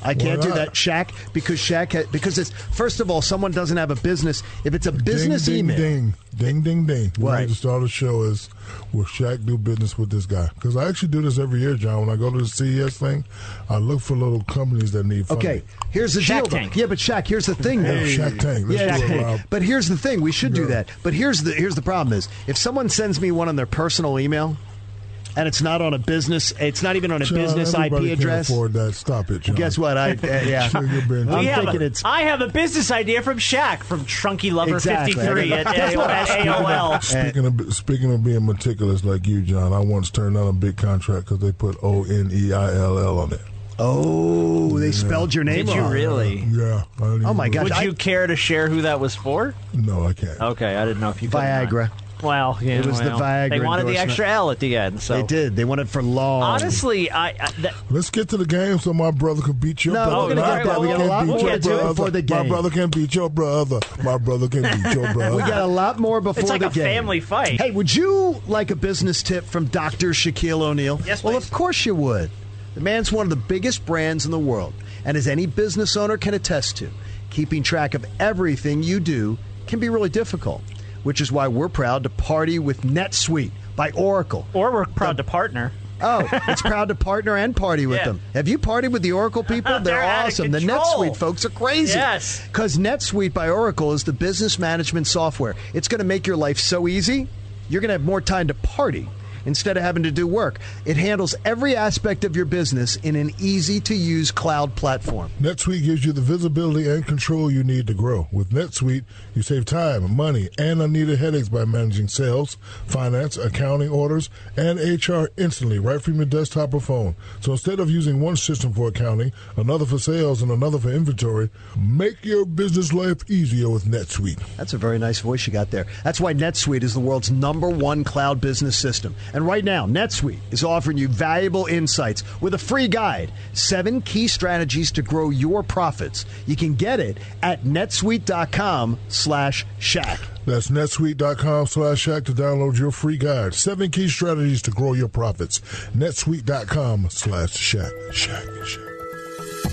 Speaker 3: I can't
Speaker 14: Why
Speaker 3: do
Speaker 14: not?
Speaker 3: that, Shaq, because Shaq ha- because it's first of all, someone doesn't have a business. If it's a business
Speaker 5: ding,
Speaker 3: email,
Speaker 5: Ding, ding, ding, ding. We
Speaker 3: Right.
Speaker 5: need to start a show is will Shaq do business with this guy? Because I actually do this every year, John. When I go to the CES thing, I look for little companies that need funding.
Speaker 3: Okay, here's the deal. though. Yeah, but Shaq, here's the thing. Though.
Speaker 5: Hey, Shaq Tank, let's
Speaker 3: Yeah,
Speaker 5: do it,
Speaker 3: Shaq Tank.
Speaker 5: Rob.
Speaker 3: But here's the thing. We should do that. But here's the here's the problem is if someone sends me one on their personal email, and it's not on a business, it's not even on a
Speaker 5: John,
Speaker 3: business IP
Speaker 5: everybody can't
Speaker 3: address.
Speaker 5: afford that. Stop it, John.
Speaker 3: Guess what? I uh, yeah.
Speaker 5: Sure, you're being-
Speaker 6: We
Speaker 3: I'm
Speaker 6: have
Speaker 3: thinking
Speaker 6: a-
Speaker 3: it's
Speaker 6: I have a business idea from Shaq from Trunky Lover
Speaker 3: Exactly.
Speaker 6: 53 at,
Speaker 3: Guess what?
Speaker 6: at AOL.
Speaker 5: Speaking of speaking of being meticulous like you, John, I once turned down a big contract because they put O N E I L L on it.
Speaker 3: Oh, they spelled your name
Speaker 6: Did you
Speaker 3: wrong.
Speaker 6: really?
Speaker 5: Yeah. I didn't
Speaker 3: Oh, my
Speaker 5: even-
Speaker 3: gosh,
Speaker 6: Would
Speaker 3: I-
Speaker 6: you care to share who that was for?
Speaker 5: No, I can't.
Speaker 6: Okay, I didn't know if you could or not.
Speaker 3: Viagra.
Speaker 6: Wow, yeah,
Speaker 3: It was the
Speaker 6: well,
Speaker 3: Viagra
Speaker 6: They wanted the
Speaker 3: endorsement.
Speaker 6: extra L at the end. So
Speaker 3: They did. They wanted for long.
Speaker 6: honestly, I, I that,
Speaker 5: Let's get to the game so my brother can beat your
Speaker 3: No,
Speaker 5: brother.
Speaker 3: we're gonna
Speaker 5: My
Speaker 3: get that. We got a
Speaker 5: brother
Speaker 3: lot
Speaker 5: can beat
Speaker 3: more
Speaker 5: your
Speaker 3: to do
Speaker 5: brother.
Speaker 3: before the game.
Speaker 5: My brother can beat your brother. My brother can beat your brother.
Speaker 3: we got a lot more before
Speaker 6: like
Speaker 3: the
Speaker 6: a
Speaker 3: game.
Speaker 6: family fight.
Speaker 3: Hey, would you like a business tip from Dr. Shaquille O'Neal?
Speaker 6: Yes,
Speaker 3: Well,
Speaker 6: please.
Speaker 3: of course you would. The man's one of the biggest brands in the world, and as any business owner can attest to, keeping track of everything you do can be really difficult, which is why we're proud to party with NetSuite by Oracle.
Speaker 6: or we're proud to partner.
Speaker 3: Oh, it's proud to partner and party with
Speaker 6: Yeah.
Speaker 3: them. Have you partied with the Oracle people? They're,
Speaker 6: They're out of
Speaker 3: awesome. The
Speaker 6: control.
Speaker 3: NetSuite folks are crazy.
Speaker 6: Yes.
Speaker 3: Because NetSuite by Oracle is the business management software. It's going to make your life so easy, you're going to have more time to party instead of having to do work. It handles every aspect of your business in an easy to use cloud platform.
Speaker 5: NetSuite gives you the visibility and control you need to grow. With NetSuite, you save time, money, and unneeded headaches by managing sales, finance, accounting orders, and HR instantly right from your desktop or phone. So instead of using one system for accounting, another for sales, and another for inventory, make your business life easier with NetSuite.
Speaker 3: That's a very nice voice you got there. That's why NetSuite is the world's number one cloud business system. And right now, NetSuite is offering you valuable insights with a free guide seven key strategies to grow your profits. You can get it at netsuite.com slash shack.
Speaker 5: That's netsuite.com slash shack to download your free guide. Seven key strategies to grow your profits. netsuite.com slash shack. Shack, shack.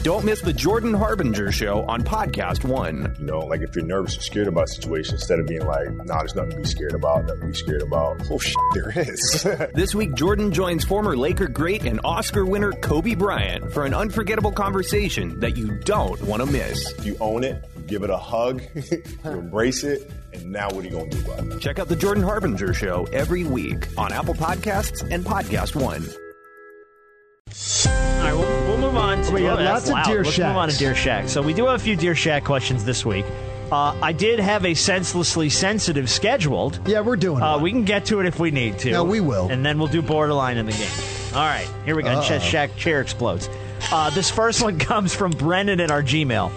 Speaker 1: Don't miss the Jordan Harbinger show on Podcast One.
Speaker 7: You know, like if you're nervous or scared about a situation, instead of being like, nah, there's nothing to be scared about, nothing to be scared about. Oh, shit, there is.
Speaker 1: This week, Jordan joins former Laker great and Oscar winner Kobe Bryant for an unforgettable conversation that you don't want to miss.
Speaker 7: you own it, you give it a hug, you embrace it, and now what are you going to do about it?
Speaker 1: Check out the Jordan Harbinger show every week on Apple Podcasts and Podcast One.
Speaker 6: All right, we'll, we'll move on. To,
Speaker 3: We got
Speaker 6: oh,
Speaker 3: lots
Speaker 6: that's
Speaker 3: of
Speaker 6: loud.
Speaker 3: Dear
Speaker 6: Let's move on to
Speaker 3: Shacks.
Speaker 6: Dear Shack. So we do have a few Dear Shack questions this week. Uh, I did have a senselessly sensitive scheduled.
Speaker 3: Yeah, we're doing it.
Speaker 6: Uh, we can get to it if we need to.
Speaker 3: No, we will.
Speaker 6: And then we'll do borderline in the game. All right, here we go.
Speaker 3: Uh-oh.
Speaker 6: Shaq Shack chair explodes. Uh, this first one comes from Brendan at our Gmail.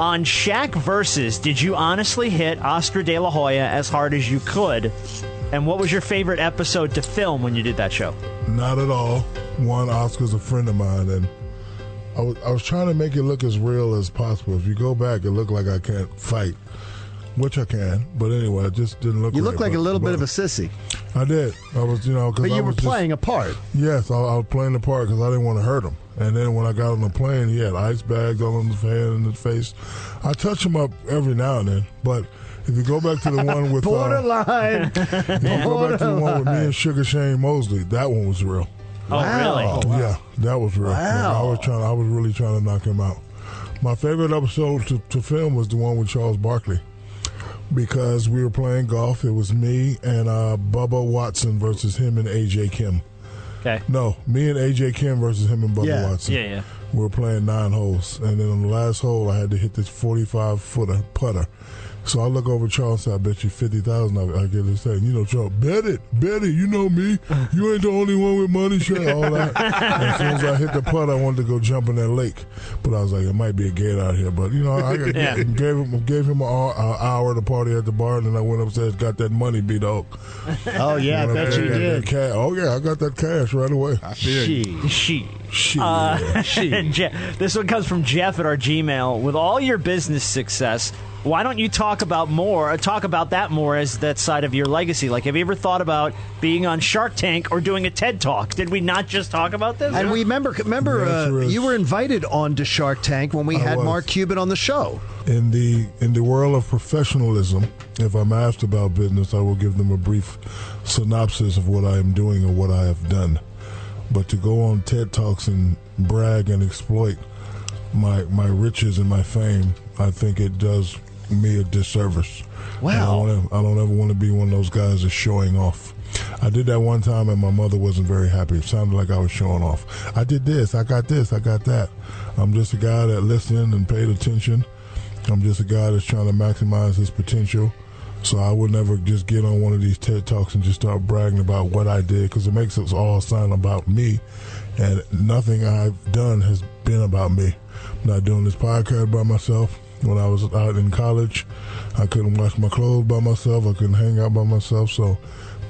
Speaker 6: On Shaq versus, did you honestly hit Oscar De La Hoya as hard as you could? And what was your favorite episode to film when you did that show?
Speaker 5: Not at all. One, Oscar's a friend of mine, and I was, I was trying to make it look as real as possible. If you go back, it looked like I can't fight, which I can, but anyway, it just didn't look
Speaker 3: You
Speaker 5: right,
Speaker 3: look like
Speaker 5: but-
Speaker 3: a little bit
Speaker 5: but
Speaker 3: of a sissy,
Speaker 5: I did. I was, you know, because
Speaker 3: but
Speaker 5: I
Speaker 3: you were
Speaker 5: was just-
Speaker 3: playing a part.
Speaker 5: Yes, I, I was playing the part because I didn't want to hurt him. And then when I got on the plane, he had ice bags all on his head and his face. I touch him up every now and then, but if you go back to the one with uh,
Speaker 3: Borderline.
Speaker 5: if you go back to the one with me and Sugar Shane Mosley, that one was real.
Speaker 6: Oh, really?
Speaker 5: Yeah, that was real. Yeah, I was trying. I was really trying to knock him out. My favorite episode to, to film was the one with Charles Barkley because we were playing golf. It was me and uh, Bubba Watson versus him and AJ Kim.
Speaker 6: Okay.
Speaker 5: No, me and AJ Kim versus him and Bubba
Speaker 3: Yeah.
Speaker 5: Watson.
Speaker 6: Yeah, yeah.
Speaker 5: We were playing nine holes, and then on the last hole, I had to hit this forty-five footer putter So I look over Charles and I bet you 50000 I, I get this thing. You know, Charles, bet it, bet it. You know me. You ain't the only one with money, shit, all that. And as soon as I hit the putt, I wanted to go jump in that lake. But I was like, it might be a gate out here. But, you know, I got-
Speaker 15: Yeah.
Speaker 5: gave him gave him an hour, an hour to party at the bar, and then I went upstairs, got that money, B Dog.
Speaker 3: Oh, yeah, I
Speaker 5: Went
Speaker 3: bet
Speaker 5: upstairs,
Speaker 3: you
Speaker 5: got that
Speaker 3: did.
Speaker 5: Cash. Oh, yeah, I got that cash right away.
Speaker 6: She. She.
Speaker 5: She.
Speaker 6: Uh, Je- this one comes from Jeff at our Gmail. With all your business success, why don't you talk about more? uh, Talk about that more as that side of your legacy. Like, have you ever thought about being on Shark Tank or doing a TED Talk? Did we not just talk about this?
Speaker 3: And we remember, remember uh, you were invited on to Shark Tank when we had
Speaker 5: was.
Speaker 3: Mark Cuban on the show.
Speaker 5: In the in the world of professionalism, if I'm asked about business, I will give them a brief synopsis of what I am doing or what I have done. But to go on TED Talks and brag and exploit my my riches and my fame, I think it does me a disservice. Wow! I don't, ever, I don't ever want to be one of those guys that's showing off. I did that one time, and my mother wasn't very happy. It sounded like I was showing off. I did this, I got this, I got that. I'm just a guy that listened and paid attention. I'm just a guy that's trying to maximize his potential. So I would never just get on one of these TED Talks and just start bragging about what I did because it makes us all sound about me, and nothing I've done has been about me. I'm not doing this podcast by myself. When I was out in college, I couldn't wash my clothes by myself. I couldn't hang out by myself. So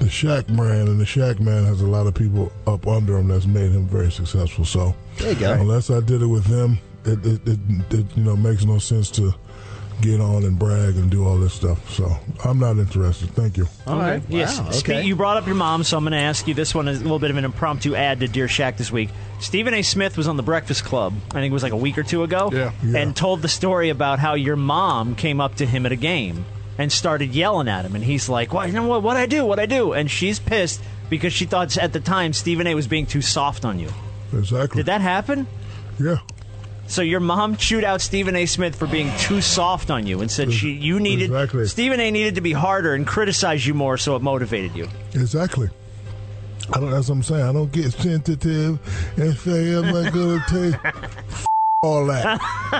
Speaker 5: the Shack brand and the Shack man has a lot of people up under him that's made him very successful. So
Speaker 3: There you go.
Speaker 5: unless I did it with them, it, it, it, it you know makes no sense to get on and brag and do all this stuff. So I'm not interested. Thank you.
Speaker 6: Okay. Yes. Spe- you brought up your mom, so I'm going to ask you this one is a little bit of an impromptu ad to Dear Shack this week. Stephen A. Smith was on The Breakfast Club, I think it was like a week or two ago, yeah. and told the story about how your mom came up to him at a game and started yelling at him, and he's like, "What? You know what? What I do? What I do?" And she's pissed because she thought at the time Stephen A. was being too soft on you.
Speaker 5: Exactly.
Speaker 6: Did that happen?
Speaker 5: Yeah.
Speaker 6: So your mom chewed out Stephen A. Smith for being too soft on you and said she you needed Stephen A. needed to be harder and criticize you more, so it motivated you.
Speaker 5: Exactly. I don't. That's what I'm saying. I don't get sensitive and say I'm not gonna take f- all that.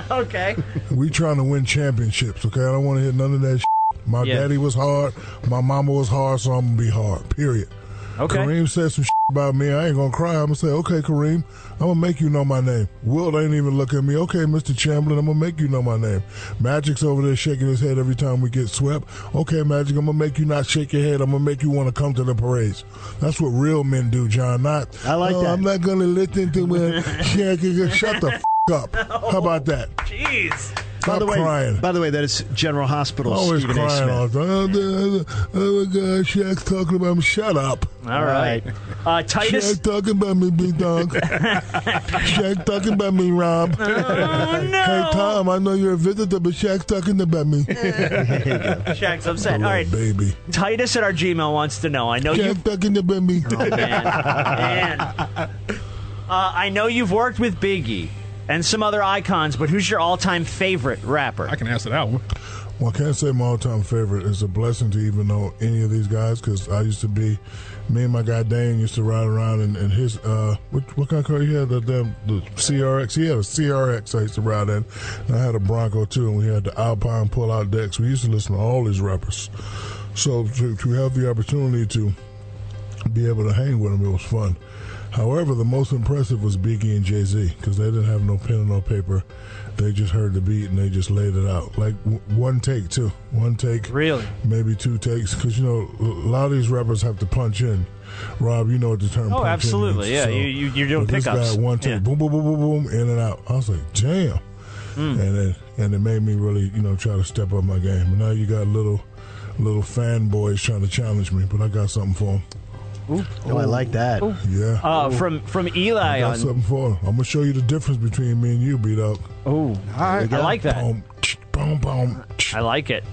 Speaker 6: okay.
Speaker 5: We trying to win championships. Okay, I don't want to hear none of that. Shit. My
Speaker 15: Yeah.
Speaker 5: daddy was hard. My mama was hard, so I'm gonna be hard. Period.
Speaker 15: Okay.
Speaker 5: Kareem said some shit about me. I ain't gonna cry. I'm gonna say, okay, Kareem, I'm gonna make you know my name. Will ain't even look at me. Okay, Mr. Chamberlain, I'm gonna make you know my name. Magic's over there shaking his head every time we get swept. Okay, Magic, I'm gonna make you not shake your head. I'm gonna make you want to come to the parades. That's what real men do, John. Not. I like
Speaker 15: that.
Speaker 5: I'm not gonna listen to when Shaq is- Shut the f- up. How about that?
Speaker 6: Jeez.
Speaker 5: Stop
Speaker 3: by Oh. the way,
Speaker 5: crying.
Speaker 3: by the way, that is General Hospital.
Speaker 5: Always
Speaker 3: Stephen A.
Speaker 5: crying
Speaker 3: Smith.
Speaker 5: all the time. Oh, the- oh, my God, Shaq's talking about me. Shut up.
Speaker 6: All right. Uh, Titus.
Speaker 5: Shaq talking about me, big dog. Shaq talking about me, Rob. Hey, Tom, I know you're a visitor, but Shaq's talking about me.
Speaker 6: Shaq's upset. All right.
Speaker 5: Baby.
Speaker 6: Titus at our Gmail wants to know. I know you.
Speaker 5: Shaq talking about me.
Speaker 6: Uh, I know you've worked with Biggie and some other icons, but who's your all-time favorite rapper? I
Speaker 10: can answer that one.
Speaker 5: Well, I can't say my all-time favorite. It's a blessing to even know any of these guys because I used to be, me and my guy Dane used to ride around in, in his uh, what, what kind of car he had? The damn the CRX. He had a CRX I used to ride in, and I had a Bronco too, and we had the Alpine pull-out decks. We used to listen to all these rappers. So to, to have the opportunity to be able to hang with them. It was fun. However, the most impressive was Biggie and Jay Z because they didn't have no pen and no paper. They just heard the beat and they just laid it out. Like w- one take, too. One take.
Speaker 6: Really?
Speaker 5: Maybe two takes because, you know, a lot of these rappers have to punch in. Rob, you know what the term
Speaker 6: Oh,
Speaker 5: punch in
Speaker 6: absolutely.
Speaker 5: means,
Speaker 6: Yeah, you- you- you're doing
Speaker 5: but this
Speaker 6: pickups.
Speaker 5: Guy, one take.
Speaker 6: Yeah.
Speaker 5: Boom, boom, boom, boom, boom, in and out. I was like, damn.
Speaker 6: Hmm.
Speaker 5: And, it, and it made me really, you know, try to step up my game. And now you got little little fanboys trying to challenge me, but I got something for them.
Speaker 3: Oh, I like that.
Speaker 5: Yeah.
Speaker 6: Uh, from from Eli
Speaker 5: I got
Speaker 6: on.
Speaker 5: something for him. I'm gonna show you the difference between me and you, B Dog.
Speaker 6: Oh,
Speaker 5: right.
Speaker 6: I like that.
Speaker 5: Boom, tch, boom, boom.
Speaker 6: I like it.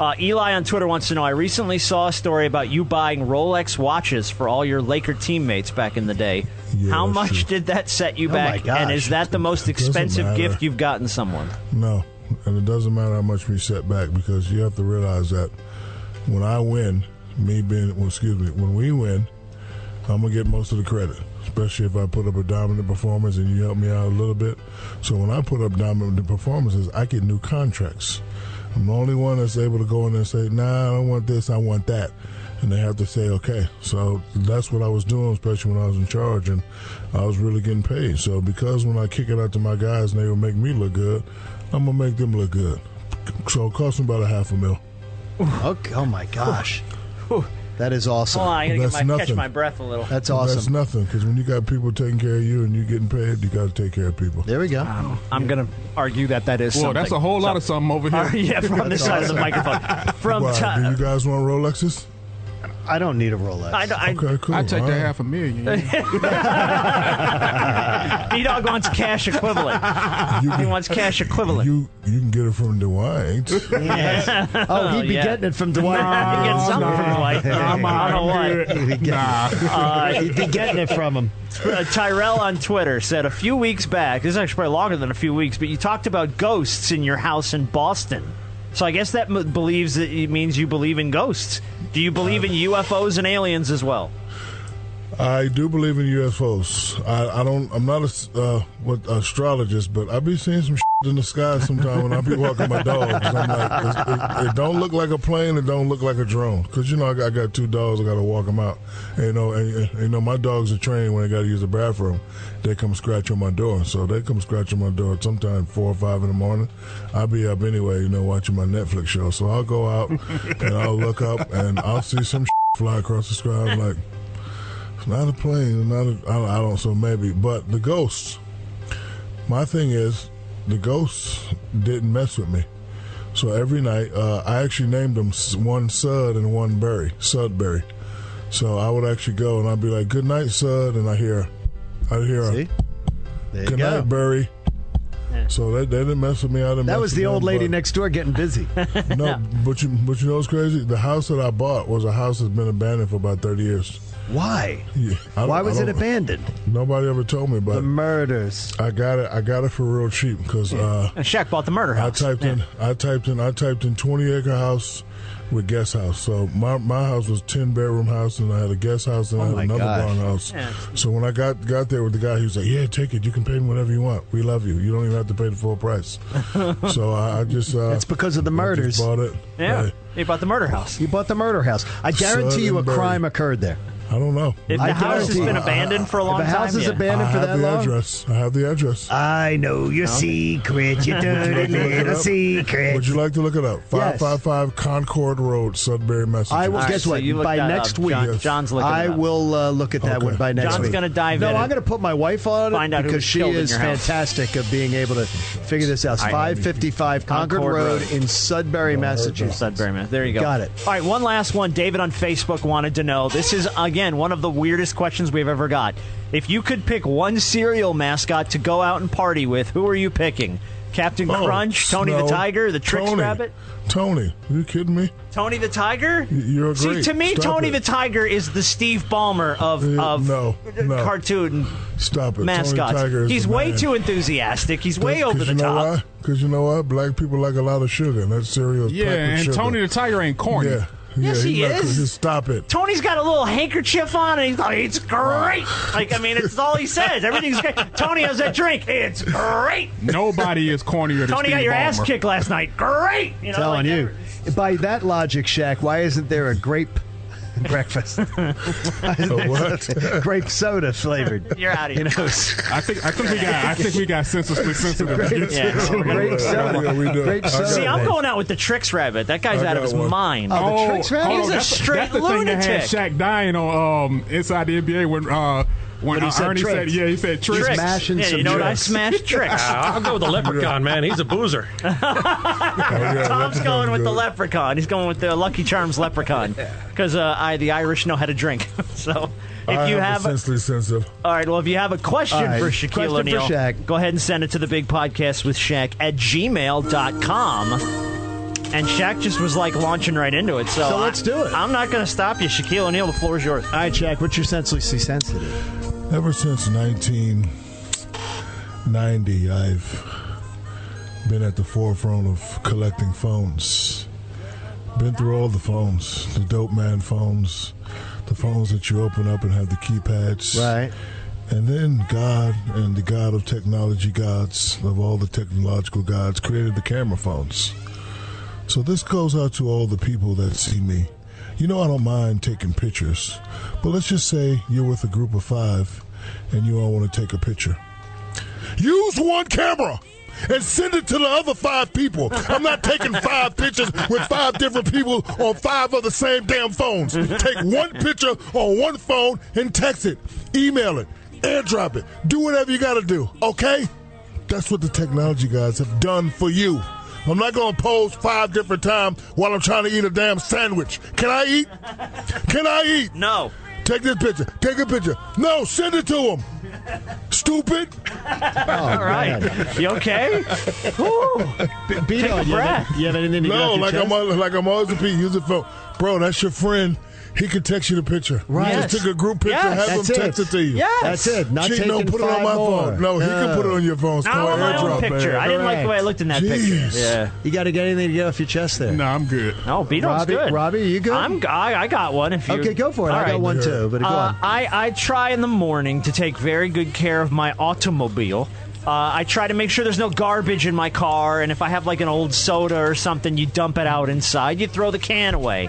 Speaker 6: Uh, Eli on Twitter wants to know I recently saw a story about you buying Rolex watches for all your Laker teammates back in the day. How much did that set you
Speaker 5: Oh my
Speaker 6: back?
Speaker 5: gosh.
Speaker 6: And is that the most
Speaker 5: It doesn't
Speaker 6: expensive
Speaker 5: matter.
Speaker 6: gift you've gotten someone?
Speaker 5: No, and it doesn't matter how much we set back because you have to realize that when I win, me being, well, excuse me, when we win, I'm gonna get most of the credit, especially if I put up a dominant performance and you help me out a little bit. So when I put up dominant performances, I get new contracts. I'm the only one that's able to go in there and say, nah, I don't want this, I want that. And they have to say, okay. So that's what I was doing, especially when I was in charge and I was really getting paid. So because when I kick it out to my guys and they will make me look good, I'm going to make them look good. So it cost me about a half a mil.
Speaker 3: Okay. Oh my gosh. That is awesome.
Speaker 6: Hold on, Oh, I gotta get my, catch my breath a little.
Speaker 3: That's awesome.
Speaker 5: That's nothing because when you got people taking care of you and you getting paid, you got to take care of people.
Speaker 3: There we go.
Speaker 6: Um, I'm gonna argue that that is.
Speaker 10: Well,
Speaker 6: something. Uh,
Speaker 10: that's a whole lot of something over here.
Speaker 6: yeah, from this side of the microphone. From
Speaker 5: Why,
Speaker 6: ti-
Speaker 5: do you guys want Rolexes?
Speaker 3: I don't need a Rolex.
Speaker 6: I, don't- I,
Speaker 5: Okay, cool.
Speaker 10: I take
Speaker 5: All
Speaker 10: that
Speaker 5: right.
Speaker 10: half a million.
Speaker 6: D-Dog wants cash equivalent.
Speaker 5: You
Speaker 6: He
Speaker 5: can,
Speaker 6: wants cash equivalent.
Speaker 5: you you can get it from Dwight.
Speaker 3: Oh, he'd be
Speaker 6: yeah.
Speaker 3: getting it from Dwight. Oh,
Speaker 6: He gets something from Dwight. I don't know what.
Speaker 3: He'd be getting-
Speaker 6: Uh,
Speaker 3: he'd be getting it from him.
Speaker 6: Uh, Tyrell on Twitter said a few weeks back, this is actually probably longer than a few weeks, but you talked about ghosts in your house in Boston. So I guess that m- believes that it means you believe in ghosts. Do you believe in UFOs and aliens as well?
Speaker 5: I do believe in UFOs. I, I don't. I'm not a s- uh, what astrologist, but I be seeing some shit in the sky sometime when I be walking my dogs. I'm like, it, it, it don't look like a plane. It don't look like a drone. Cause you know I got, I got two dogs. I got to walk them out. And, you know, and, and, you know my dogs are trained when they got to use the bathroom. They come scratch on my door. So they come scratch on my door sometime four or five in the morning. I be up anyway. You know, watching my Netflix show. So I'll go out and I'll look up and I'll see some shit fly across the sky. I'm like. Not a plane. Not a, I, I don't. So maybe, but the ghosts. My thing is, the ghosts didn't mess with me. So every night, uh, I actually named them S- one Sud and one Berry, Sudberry. So I would actually go and I'd be like, "Good night, Sud," and I hear, I hear, a,
Speaker 3: See? There you
Speaker 5: "Good
Speaker 3: go.
Speaker 5: night, Berry." So they, they didn't mess with me. I didn't.
Speaker 3: That
Speaker 5: mess
Speaker 3: was
Speaker 5: with
Speaker 3: the old
Speaker 5: them,
Speaker 3: lady
Speaker 5: but-
Speaker 3: next door getting busy.
Speaker 5: No, but you but you know what's crazy? The house that I bought was a house that's been abandoned for about thirty years.
Speaker 3: Why?
Speaker 5: Yeah, I don't-
Speaker 3: Why
Speaker 5: I
Speaker 3: was it
Speaker 6: Oh.
Speaker 5: don't-
Speaker 3: abandoned?
Speaker 5: Nobody ever told me about
Speaker 3: The
Speaker 5: it.
Speaker 3: murders.
Speaker 5: I got it. I got it for real cheap because uh,
Speaker 6: And Shaq bought the murder
Speaker 5: I
Speaker 6: house.
Speaker 5: typed in. I typed in. I typed in twenty acre house with guest house. So my, my house was ten bedroom house, and I had a guest house, and I had
Speaker 3: Oh my
Speaker 5: another
Speaker 3: gosh.
Speaker 5: barn house. So when I got got there with the guy, he was like, "Yeah, take it. You can pay me whatever you want. We love you. You don't even have to pay the full price." so I, I just uh,
Speaker 3: That's because of the
Speaker 5: I
Speaker 3: murders.
Speaker 5: just bought it.
Speaker 6: Yeah,
Speaker 5: Right.
Speaker 6: he bought the murder house.
Speaker 3: You bought the murder house. I guarantee you a
Speaker 5: Suddenberry.
Speaker 3: crime occurred there.
Speaker 5: I don't know.
Speaker 6: If the
Speaker 3: I
Speaker 6: house has
Speaker 3: guarantee-
Speaker 6: been abandoned for a long
Speaker 3: if a house
Speaker 6: time,
Speaker 3: is
Speaker 6: yeah.
Speaker 3: abandoned
Speaker 5: I
Speaker 3: for
Speaker 5: have
Speaker 3: that
Speaker 5: the
Speaker 3: long,
Speaker 5: address. I have the address.
Speaker 3: I know your secret, your dirty
Speaker 5: it
Speaker 3: little
Speaker 5: up?
Speaker 3: secret.
Speaker 5: Would you like to look it up?
Speaker 3: Yes.
Speaker 5: Five five five Concord Road, Sudbury, Massachusetts.
Speaker 3: I will
Speaker 6: right,
Speaker 3: guess
Speaker 6: so
Speaker 3: what.
Speaker 6: you look
Speaker 3: by
Speaker 6: that
Speaker 3: next
Speaker 6: up.
Speaker 3: week,
Speaker 6: John- John's looking
Speaker 3: I
Speaker 6: it up.
Speaker 3: will uh, look at that
Speaker 5: Okay.
Speaker 3: one by next
Speaker 6: John's
Speaker 3: week.
Speaker 6: gonna dive
Speaker 3: No,
Speaker 6: in
Speaker 3: I'm
Speaker 6: and
Speaker 3: going to put my wife on it
Speaker 6: find out who
Speaker 3: because
Speaker 6: was
Speaker 3: she
Speaker 6: killed in
Speaker 3: is
Speaker 6: your house.
Speaker 3: fantastic of being able to figure this out. It's
Speaker 6: I-
Speaker 3: 555 Concord,
Speaker 6: Concord
Speaker 3: Road,
Speaker 6: Road.
Speaker 3: in Sudbury, Massachusetts.
Speaker 6: Sudbury, man. There you go.
Speaker 3: Got it.
Speaker 6: All right, one last one. David on Facebook wanted to know. This is again one of the weirdest questions we've ever got. If you could pick one cereal mascot to go out and party with, who are you picking? Captain
Speaker 5: Oh,
Speaker 6: Crunch, Tony
Speaker 5: no.
Speaker 6: the Tiger, the Trix
Speaker 5: Tony.
Speaker 6: Rabbit,
Speaker 5: Tony, you kidding me?
Speaker 6: Tony the Tiger.
Speaker 5: You're
Speaker 6: See,
Speaker 5: great.
Speaker 6: to me,
Speaker 5: Stop
Speaker 6: Tony
Speaker 5: it.
Speaker 6: the Tiger is the Steve Ballmer of
Speaker 5: Uh,
Speaker 6: of
Speaker 5: no, no.
Speaker 6: cartoon
Speaker 5: Stop it.
Speaker 6: mascots.
Speaker 5: Tony Tiger is
Speaker 6: He's
Speaker 5: the
Speaker 6: way
Speaker 5: man.
Speaker 6: too enthusiastic. He's way
Speaker 5: That's-
Speaker 6: over
Speaker 5: 'cause
Speaker 6: the
Speaker 5: you know
Speaker 6: top.
Speaker 5: Why? Cause you know what? Black people like a lot of sugar, and that cereal is
Speaker 10: Yeah,
Speaker 5: packed with
Speaker 10: and
Speaker 5: sugar.
Speaker 10: Tony the Tiger ain't corny.
Speaker 5: Yeah.
Speaker 6: Yes,
Speaker 5: yeah,
Speaker 6: he
Speaker 5: not-
Speaker 6: is.
Speaker 5: Just stop it.
Speaker 6: Tony's got a little handkerchief on, and he's like, "It's great." Like, I mean, it's all he says. Everything's great. Tony has that drink. It's great.
Speaker 10: Nobody is cornier than
Speaker 6: Tony
Speaker 10: Steve
Speaker 6: got your
Speaker 10: Ballmer.
Speaker 6: ass kicked last night. Great. You know,
Speaker 3: telling
Speaker 6: like
Speaker 3: you. By that logic, Shaq, why isn't there a grape breakfast?
Speaker 5: what?
Speaker 3: grape soda flavored.
Speaker 6: You're out of
Speaker 3: You
Speaker 6: here.
Speaker 3: know,
Speaker 10: I think I think we got I think we got senselessly sensitive.
Speaker 6: Yeah.
Speaker 3: grape
Speaker 5: Yeah, we
Speaker 3: soda.
Speaker 5: do.
Speaker 3: Grape
Speaker 5: I got
Speaker 3: soda.
Speaker 6: See, I'm
Speaker 5: one.
Speaker 6: going out with the tricks rabbit. That guy's
Speaker 5: I
Speaker 6: out of
Speaker 5: got
Speaker 6: his
Speaker 5: one.
Speaker 6: mind.
Speaker 3: Oh, the tricks rabbit?
Speaker 10: hold on,
Speaker 3: He's a
Speaker 10: that's the-
Speaker 6: straight
Speaker 10: that's the Thing that
Speaker 6: lunatic.
Speaker 10: had Shaq dying on um, inside the NBA when uh, when,
Speaker 3: When he
Speaker 10: uh,
Speaker 3: said
Speaker 10: Ernie
Speaker 3: tricks.
Speaker 10: said yeah he said tricks.
Speaker 6: tricks.
Speaker 3: smashing
Speaker 6: yeah,
Speaker 3: some
Speaker 6: you know what? I
Speaker 3: tricks.
Speaker 6: smashed tricks.
Speaker 7: Uh, I'll go with the leprechaun, man. He's a boozer.
Speaker 5: Oh, yeah,
Speaker 6: Tom's
Speaker 5: leprechaun's
Speaker 6: going with the
Speaker 5: good.
Speaker 6: leprechaun. He's going with the Lucky Charms leprechaun because uh, I the Irish know how to drink. so if
Speaker 5: I
Speaker 6: you
Speaker 5: am
Speaker 6: have a,
Speaker 5: essentially sensitive.
Speaker 6: All right. Well, if you have a question
Speaker 3: All right,
Speaker 6: for Shaquille
Speaker 3: question for
Speaker 6: O'Neal,
Speaker 3: Shaq.
Speaker 6: go ahead and send it to the big podcast with Shaq at gmail.com. And Shaq just was like launching right into it. So,
Speaker 3: So let's
Speaker 6: I-
Speaker 3: do it.
Speaker 6: I'm not going to stop you. Shaquille O'Neal, the floor is yours.
Speaker 3: All right, Shaq, what's your senselessly sensitive?
Speaker 5: Ever since 1990, I've been at the forefront of collecting phones. Been through all the phones the dope man phones, the phones that you open up and have the keypads.
Speaker 3: Right.
Speaker 5: And then God and the God of technology gods, of all the technological gods, created the camera phones. So this goes out to all the people that see me. You know I don't mind taking pictures, but let's just say you're with a group of five and you all want to take a picture. Use one camera and send it to the other five people. I'm not taking five pictures with five different people on five of the same damn phones. Take one picture on one phone and text it, email it, airdrop it, do whatever you got to do, okay? That's what the technology guys have done for you. I'm not going to pose five different times while I'm trying to eat a damn sandwich. Can I eat? Can I eat?
Speaker 6: No.
Speaker 5: Take this picture. Take a picture. No, send it to him. Stupid.
Speaker 3: Oh,
Speaker 6: All right. You okay?
Speaker 3: B- Beto,
Speaker 5: Take a
Speaker 3: you,
Speaker 5: breath.
Speaker 3: Have, you have anything to get
Speaker 5: no,
Speaker 3: off your
Speaker 5: like
Speaker 3: chest?
Speaker 5: I'm al- like I'm always a Pete. Use the phone, bro. That's your friend. He can text you the picture.
Speaker 3: Right.
Speaker 5: Just
Speaker 3: Yes.
Speaker 5: took a group picture.
Speaker 3: Yes.
Speaker 5: Have
Speaker 3: That's
Speaker 5: him
Speaker 3: it.
Speaker 5: text it to you.
Speaker 3: Yes. That's it. Not
Speaker 5: Gee, no,
Speaker 3: taking
Speaker 5: put it on
Speaker 3: five
Speaker 5: my
Speaker 3: more.
Speaker 5: phone. No, he
Speaker 3: No.
Speaker 5: can put it on your phone. It's
Speaker 3: I
Speaker 5: called
Speaker 3: want my own
Speaker 5: AirDrop, man.
Speaker 6: picture. I didn't like the way I looked in that picture. Yeah.
Speaker 3: You got to get anything to get off your chest there. No,
Speaker 10: I'm good.
Speaker 6: No, Beatles
Speaker 3: Robbie,
Speaker 6: good.
Speaker 3: Robbie, you good?
Speaker 6: I'm. I, I got one. If you
Speaker 3: Okay, go for it.
Speaker 6: All
Speaker 3: I got
Speaker 6: right.
Speaker 3: one too, but go
Speaker 6: Uh,
Speaker 3: on.
Speaker 6: I I try in the morning to take very good care of my automobile. Uh, I try to make sure there's no garbage in my car, and if I have like an old soda or something, you dump it out inside. You throw the can away.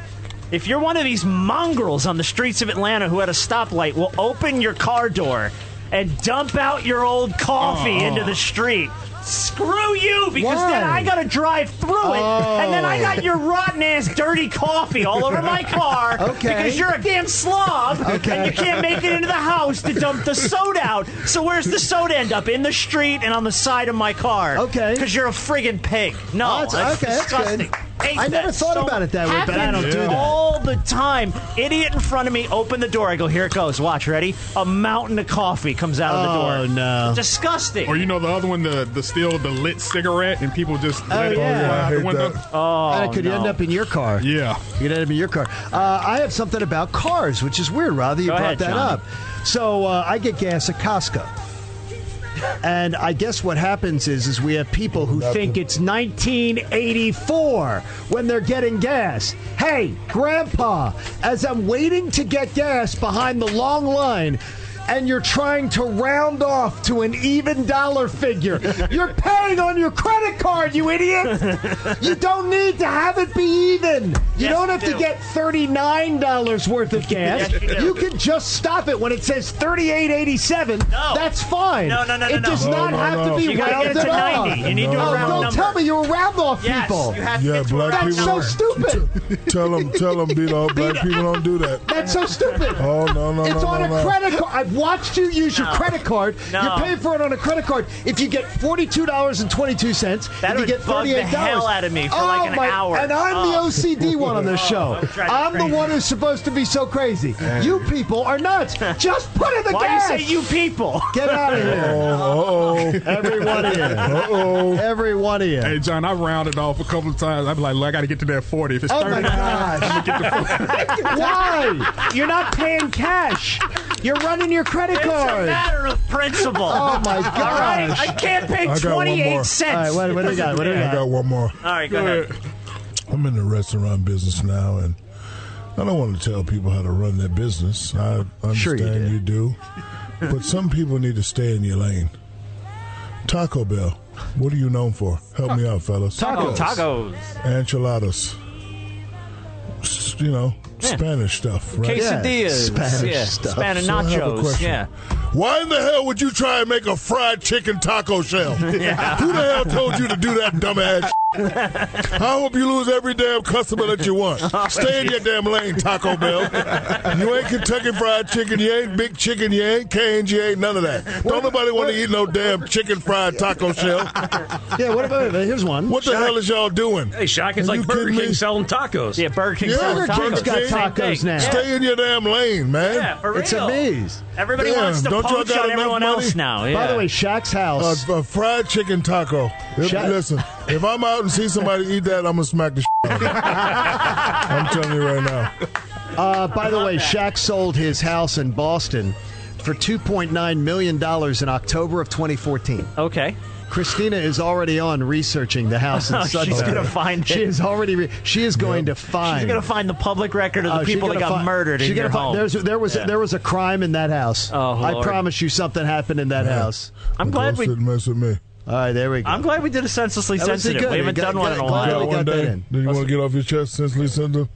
Speaker 6: If you're one of these mongrels on the streets of Atlanta who at a stoplight will open your car door and dump out your old coffee
Speaker 16: Oh.
Speaker 6: into the street, screw you because then
Speaker 16: Why? Oh.
Speaker 6: I got to drive through it, and then I got your rotten ass dirty coffee all over my car
Speaker 16: Okay.
Speaker 6: because you're a damn slob
Speaker 16: Okay.
Speaker 6: and you can't make it into the house to dump the soda out. So where's the soda end up? In the street and on the side of my car. Okay. Because you're a friggin' pig. No,
Speaker 3: Oh, that's-
Speaker 6: that's
Speaker 3: okay, that's good.
Speaker 6: disgusting. Hate
Speaker 3: I
Speaker 6: that
Speaker 3: never thought
Speaker 6: so
Speaker 3: about it that way, but I
Speaker 6: happens
Speaker 3: don't do that.
Speaker 6: All the time. Idiot in front of me, open the door. I go, here it goes. Watch, ready? A mountain of coffee comes out of the door.
Speaker 10: no!
Speaker 6: Disgusting.
Speaker 10: Or you know the other one, the the still the lit cigarette, and people just
Speaker 3: Oh,
Speaker 10: let it
Speaker 3: yeah.
Speaker 10: fly
Speaker 3: I
Speaker 10: out the
Speaker 3: hate
Speaker 10: window. Uh,
Speaker 3: that. and it could end up in your car.
Speaker 10: Yeah.
Speaker 3: You could end up in your car. Uh, I have something about cars, which is weird, Rather, you
Speaker 6: Go
Speaker 3: brought
Speaker 6: ahead,
Speaker 3: that
Speaker 6: Johnny.
Speaker 3: up. So uh, I get gas at Costco. And I guess what happens is, is we have people who think it's 1984 when they're getting gas. Hey, Grandpa, as I'm waiting to get gas behind the long line, and you're trying to round off to an even dollar figure. You're paying on your credit card, you idiot! You don't need to have it be even. You don't have to get $39 worth of gas.
Speaker 16: Yes, you do.
Speaker 3: you can just stop it when it says 38.87.
Speaker 16: No.
Speaker 3: That's fine.
Speaker 16: No, no, no, no,
Speaker 3: It does
Speaker 16: no.
Speaker 3: not
Speaker 16: No, no,
Speaker 3: have
Speaker 16: no.
Speaker 3: to be
Speaker 16: You gotta get
Speaker 3: rounded
Speaker 16: to
Speaker 3: up.
Speaker 16: 90. You need to
Speaker 3: No,
Speaker 16: round
Speaker 3: Don't
Speaker 16: number.
Speaker 3: tell me you're round off
Speaker 16: Yes,
Speaker 3: people.
Speaker 16: you
Speaker 5: yeah, black
Speaker 3: That's so
Speaker 5: people.
Speaker 3: stupid.
Speaker 5: tell them, tell them, Beto. Black people don't do that.
Speaker 3: That's so stupid.
Speaker 5: Oh no, no,
Speaker 3: It's
Speaker 5: no,
Speaker 3: on
Speaker 5: no,
Speaker 3: a
Speaker 5: no.
Speaker 3: credit card. I've watched you use your credit card.
Speaker 5: No.
Speaker 3: You're paying for it on a credit card. If you get forty-two dollars and twenty-two cents,
Speaker 6: That
Speaker 3: you
Speaker 6: would
Speaker 3: get
Speaker 6: bug the
Speaker 3: thirty-eight dollars.
Speaker 6: hell out of me for like an hour.
Speaker 3: And I'm
Speaker 6: Oh.
Speaker 3: the OCD one on this show.
Speaker 6: I'm trying to
Speaker 3: I'm
Speaker 6: crazy.
Speaker 3: the one who's supposed to be so crazy. You people are nuts. Just put in the
Speaker 6: Why
Speaker 3: gas.
Speaker 6: you say you people?
Speaker 3: Get out of here.
Speaker 5: Oh,
Speaker 3: Every one of you.
Speaker 5: Uh-oh.
Speaker 3: Every one of you.
Speaker 10: Hey, John, I rounded off a couple of times. I'm like, look, I got to get to that 40. If it's
Speaker 3: Oh,
Speaker 10: 30,
Speaker 3: my gosh.
Speaker 10: I'm gonna get to 40.
Speaker 3: Why? You're not paying cash. You're running your credit
Speaker 6: It's
Speaker 3: card.
Speaker 6: a matter of principle.
Speaker 3: Oh my gosh!
Speaker 6: All right, I can't pay
Speaker 5: I got one
Speaker 6: 28
Speaker 5: more.
Speaker 6: cents.
Speaker 3: All right, what- what do we got? What do we
Speaker 5: I got one more.
Speaker 6: All right, go ahead.
Speaker 5: I'm in the restaurant business now, and I don't want to tell people how to run their business. I understand
Speaker 3: Sure you
Speaker 5: you, do, but some people need to stay in your lane. Taco Bell, what are you known for? Help me out, fellas.
Speaker 6: Tacos. Tacos.
Speaker 5: enchiladas. S- You know, Spanish stuff, right?
Speaker 6: Quesadillas. Yeah, Spanish Yeah, stuff. Spanish
Speaker 5: I have a
Speaker 6: nachos,
Speaker 5: question.
Speaker 6: yeah.
Speaker 5: Why in the hell would you try and make a fried chicken taco shell?
Speaker 16: Yeah.
Speaker 5: Who the hell told you to do that dumbass? I hope you lose every damn customer that you want. Stay in your damn lane, Taco Bell. You ain't Kentucky Fried Chicken. You ain't Big Chicken. You ain't Cane's. You ain't none of that. Don't nobody want to eat no damn chicken fried taco shell.
Speaker 3: Yeah, what about here's one.
Speaker 5: What the
Speaker 7: Shaq.
Speaker 5: hell is y'all doing?
Speaker 7: Hey, Shaq, it's
Speaker 5: Are
Speaker 7: like
Speaker 5: you
Speaker 7: Burger
Speaker 5: kidding
Speaker 7: King
Speaker 5: me?
Speaker 7: selling tacos.
Speaker 6: Yeah, Burger King
Speaker 5: Yeah,
Speaker 6: sells
Speaker 5: Burger
Speaker 6: tacos.
Speaker 5: King's
Speaker 6: Same
Speaker 5: got
Speaker 6: thing.
Speaker 5: tacos now.
Speaker 6: Yeah.
Speaker 5: Stay in your damn lane, man.
Speaker 6: Yeah, for
Speaker 3: It's
Speaker 6: real.
Speaker 3: a maze.
Speaker 6: Everybody wants to
Speaker 5: Damn, don't y'all
Speaker 6: poach
Speaker 5: got
Speaker 6: on
Speaker 5: enough
Speaker 6: everyone
Speaker 5: money?
Speaker 6: else now. Yeah.
Speaker 3: By the way, Shaq's
Speaker 5: A,
Speaker 3: house.
Speaker 5: a fried chicken taco. If-
Speaker 3: Shaq-
Speaker 5: listen, if I'm out and see somebody eat that, I'm gonna smack the. Shit out of 'em. I'm telling you right now.
Speaker 3: Uh, by the way, Shaq sold his house in Boston for $2.9 million in October of 2014.
Speaker 6: Okay.
Speaker 3: Christina is already on researching the house in
Speaker 6: Oh, she's
Speaker 3: Sudbury.
Speaker 6: gonna find it.
Speaker 3: She is already. Re- she is going to find.
Speaker 6: she's going to find the public record of the
Speaker 3: Oh, she's
Speaker 6: people that
Speaker 3: gonna
Speaker 6: got
Speaker 3: fi-
Speaker 6: murdered
Speaker 3: she's
Speaker 6: in your
Speaker 3: gonna fi-
Speaker 6: home.
Speaker 3: There's, there was
Speaker 6: Yeah.
Speaker 3: there was a crime in that house.
Speaker 6: Oh,
Speaker 3: I
Speaker 6: Lord.
Speaker 3: promise you, something happened in that house.
Speaker 6: I'm
Speaker 5: The
Speaker 6: glad
Speaker 5: ghost
Speaker 6: we.
Speaker 5: didn't mess with me.
Speaker 3: All right, there we go.
Speaker 6: I'm glad we did a senselessly
Speaker 3: That was
Speaker 6: sensitive.
Speaker 3: good.
Speaker 6: We haven't
Speaker 3: Got-
Speaker 6: done one
Speaker 3: got-
Speaker 6: in a
Speaker 3: glad
Speaker 6: while.
Speaker 3: we
Speaker 5: One day, do you want to get off your chest, senseless Cinder?